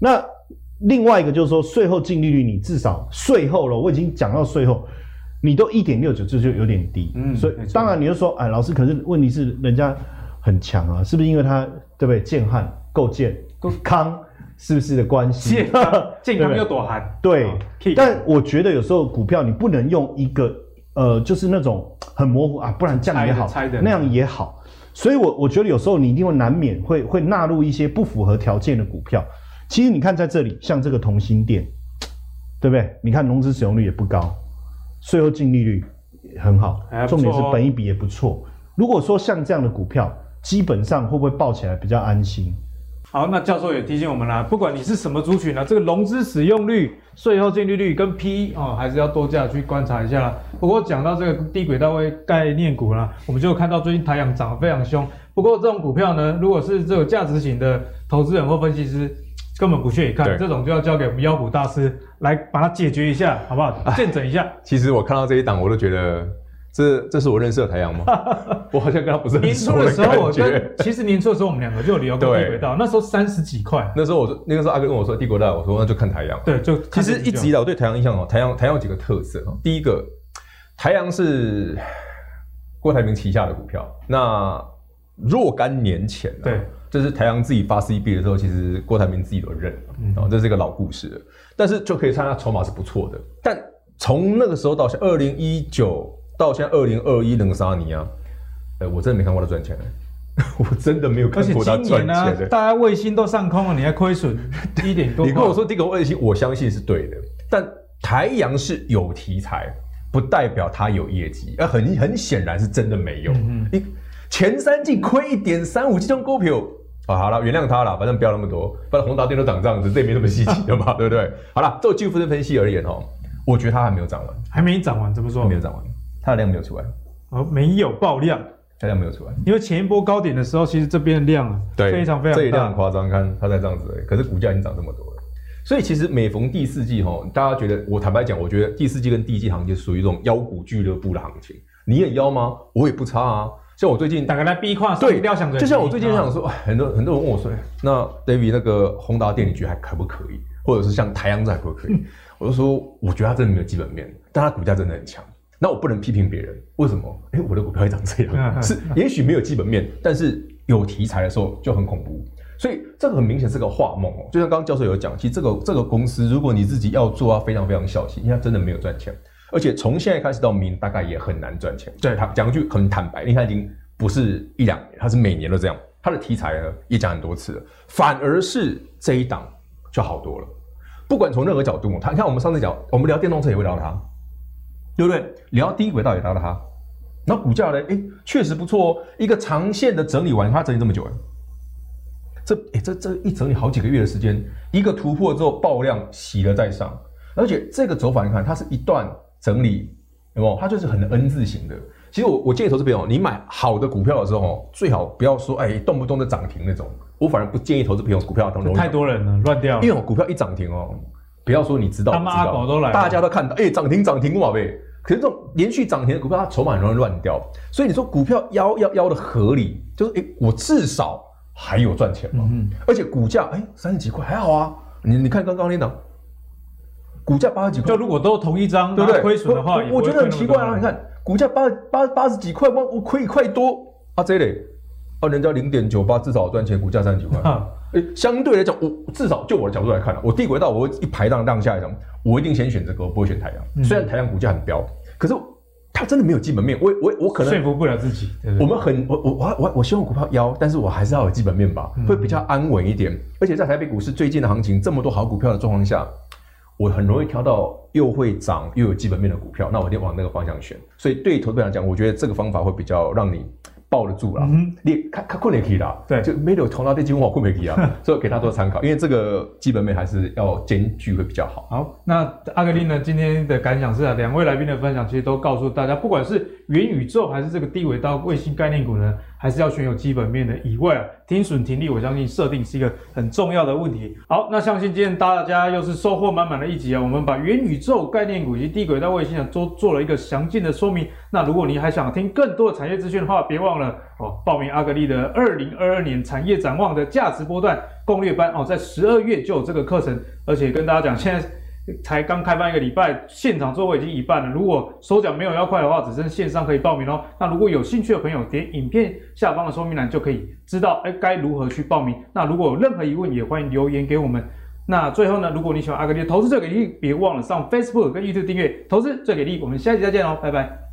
Speaker 2: 那另外一个就是说，税后净利率你至少税后了，我已经讲到税后，你都一点六九，这就有点低。
Speaker 1: 嗯
Speaker 2: 嗯，所以
Speaker 1: 没错
Speaker 2: 当然你就说，哎，老师，可是问题是人家很强啊，是不是因为他对不对？健汉够健
Speaker 1: 够
Speaker 2: 康，是不是的关系？
Speaker 1: 健康健
Speaker 2: 对不
Speaker 1: 康
Speaker 2: 对
Speaker 1: 又躲寒。
Speaker 2: 对
Speaker 1: 啊，keep，
Speaker 2: 但我觉得有时候股票你不能用一个呃，就是那种很模糊啊，不然这样也好，
Speaker 1: 猜的猜的
Speaker 2: 那样也好。所以我，我觉得有时候你一定会难免会会纳入一些不符合条件的股票。其实你看在这里，像这个同心店，对不对？你看融资使用率也不高，税后净利率也很好
Speaker 1: 还，不错哦
Speaker 2: 重点是本益比也不错。如果说像这样的股票，基本上会不会抱起来比较安心？
Speaker 1: 好，那教授也提醒我们啦，不管你是什么族群啊，这个融资使用率、税后净利率跟 P 哦，还是要多加去观察一下啦。不过讲到这个低轨道位概念股啦，我们就看到最近台阳涨得非常凶。不过这种股票呢，如果是这种价值型的投资人或分析师，根本不屑一看，
Speaker 3: 对
Speaker 1: 这种就要交给我们妖股大师来把它解决一下，好不好？ 见证一下。
Speaker 3: 其实我看到这一档，我都觉得这这是我认识的 台阳吗？我好像跟他不是很
Speaker 1: 年初
Speaker 3: 熟
Speaker 1: 的时候，
Speaker 3: 感
Speaker 1: 我跟
Speaker 3: 觉。
Speaker 1: 其实年初的时候我们两个就有聊过
Speaker 3: 对
Speaker 1: 低轨道，那时候三十几块，
Speaker 3: 那时候我就那个时候阿哥跟我说帝国大，我说那就看台阳。
Speaker 1: 对，就
Speaker 3: 其
Speaker 1: 看
Speaker 3: 实
Speaker 1: 这个
Speaker 3: 一直以来我对台阳印象哦，台阳台阳有几个特色哦。第一个，台阳是郭台铭旗下的股票，那若干年前、啊，
Speaker 1: 对，
Speaker 3: 这是台阳自己发 CB 的时候，其实郭台铭自己都认了，
Speaker 1: 嗯
Speaker 3: 哦，这是一个老故事了。但是就可以看他筹码是不错的。但从那个时候到现二零一九到现在二零二一，冷沙尼啊，呃，我真的没看过他赚钱、 我真的没有
Speaker 4: 而
Speaker 3: 看
Speaker 4: 且
Speaker 3: 过他
Speaker 4: 今
Speaker 3: 赚
Speaker 4: 年
Speaker 3: 钱、
Speaker 4: 呢、
Speaker 1: 啊
Speaker 3: 欸。
Speaker 4: 大家卫星都上空了，你还亏 损一点多？
Speaker 3: 你跟我，说这个卫星，我相信是对的，但台阳是有题材，不代表它有业绩，而很很显然是真的没有。你前三季亏一点三五，这张股票。啊、好了，原谅他了，反正不要那么多，不然宏达电都涨这样子，这也没那么稀奇的嘛，对不对？好了，就技术分析而言哦，我觉得它还没有涨完，
Speaker 1: 还没涨完，怎么
Speaker 3: 还
Speaker 1: 说
Speaker 3: 没？有涨完，它的量没有出来，
Speaker 1: 哦，没有爆量，
Speaker 3: 它量没有出来，
Speaker 1: 因为前一波高点的时候，其实这边的量啊非常非常大。
Speaker 3: 这一量很夸张，看它才这样子而哎已，可是股价已经涨这么多了。所以其实每逢第四季哈，大家觉得我坦白讲，我觉得第四季跟第一季行情属于一种妖股俱乐部的行情。你也妖吗？我也不差啊。像我最近
Speaker 1: 打开来逼跨，
Speaker 3: 对，
Speaker 1: 料想着
Speaker 3: 就像我最近
Speaker 1: 啊
Speaker 3: 想说，哎很多很多人问我说，哎那 David 那个宏达电，你觉得还可不可以？或者是像台阳仔可不可
Speaker 1: 嗯
Speaker 3: 以？我就说，我觉得它真的没有基本面，但它股价真的很强。那我不能批评别人，为什么？哎，我的股票也长这
Speaker 1: 啊
Speaker 3: 样，是也许没有基本面，但是有题材的时候就很恐怖。所以这个很明显是个画梦哦，就像刚刚教授有讲，其实这个这个公司，如果你自己要做啊，非常非常小心，因为它真的没有赚钱，而且从现在开始到明年大概也很难赚钱。
Speaker 1: 对
Speaker 3: 他讲一句很坦白，因为它已经不是一两年，它是每年都这样。它的题材呢也讲很多次了，反而是这一档就好多了。不管从任何角度，他你看我们上次讲，我们聊电动车也会聊到它，对不对？聊低轨道也聊到它，那股价呢？哎，确实不错哦，一个长线的整理完，它整理这么久了。这诶这这一整理好几个月的时间，一个突破之后爆量洗了再上，而且这个走法你看，它是一段整理，有没有？它就是很 N 字形的。其实我我建议投资朋友，你买好的股票的时候哦，最好不要说哎动不动就涨停那种，我反而不建议投资朋友股票当中
Speaker 1: 太多人了，乱掉了
Speaker 3: 因。为我股票一涨停哦，不要说你知道，
Speaker 1: 啊他
Speaker 3: 不
Speaker 1: 妈
Speaker 3: 知
Speaker 1: 阿
Speaker 3: 道
Speaker 1: 狗都来了
Speaker 3: 大家都看到，哎、涨停涨停，哇呗。可是这种连续涨停的股票，它筹码很容易乱掉，所以你说股票腰要腰的合理，就是哎、我至少还有赚钱嘛，
Speaker 1: 嗯
Speaker 3: 而且股价哎三十几块还好啊，你你看刚刚那档，股价八十几块
Speaker 1: 就，如果都同一张，
Speaker 3: 对不对？
Speaker 1: 那亏损的话
Speaker 3: 我
Speaker 1: 也
Speaker 3: 我
Speaker 1: 不
Speaker 3: 我
Speaker 1: 会
Speaker 3: 觉得很
Speaker 1: 亏那么
Speaker 3: 奇怪
Speaker 1: 多
Speaker 3: 啊！你，看股价八八八十几块，我我亏一块多啊，这嘞，啊，人家零点九八至少赚钱，股价三十 几块。
Speaker 1: 哈
Speaker 3: 诶相对来讲，我至少就我的角度来看啊，我低轨道我会一排让让下来讲，我一定先选这个，我不会选台阳。虽然台阳股价很飙，可是它真的没有基本面，我我我可能
Speaker 1: 说服不了自己，对不
Speaker 3: 我
Speaker 1: 对？
Speaker 3: 们很我我我我我希望股票腰，但是我还是要有基本面吧，
Speaker 1: 嗯
Speaker 3: 会比较安稳一点。而且在台北股市最近的行情，这么多好股票的状况下，我很容易挑到又会涨又有基本面的股票，那我一定往那个方向选。所以对于投资者来讲，我觉得这个方法会比较让你抱得住啦。
Speaker 1: 嗯
Speaker 3: 你看看困也可以啦，
Speaker 1: 对
Speaker 3: 就没有头脑对金我困也可 以啊，所以给他做参考，因为这个基本面还是要兼具会比较好。
Speaker 1: 好，那阿格丽呢？今天的感想是啊，两位来宾的分享其实都告诉大家，不管是元宇宙还是这个低轨道卫星概念股呢，还是要选有基本面的。以外啊，停啊损停利，我相信设定是一个很重要的问题。好，那相信今天大家又是收获满满的一集啊，我们把元宇宙概念股以及低轨道卫星啊都做了一个详尽的说明。那如果你还想听更多的产业资讯的话，别忘了哦，报名阿格丽的二零二二年产业展望的价值波段攻略班哦，在十二月就有这个课程，而且跟大家讲，现在。才刚开办一个礼拜，现场座位已经一半了。如果手脚没有要快的话，只剩线上可以报名喽。那如果有兴趣的朋友，点影片下方的说明栏就可以知道，哎，该如何去报名。那如果有任何疑问，也欢迎留言给我们。那最后呢，如果你喜欢阿格丽的投资最给力，别忘了上 Facebook 跟 YouTube 订阅《投资最给力》。我们下期再见喽，拜拜。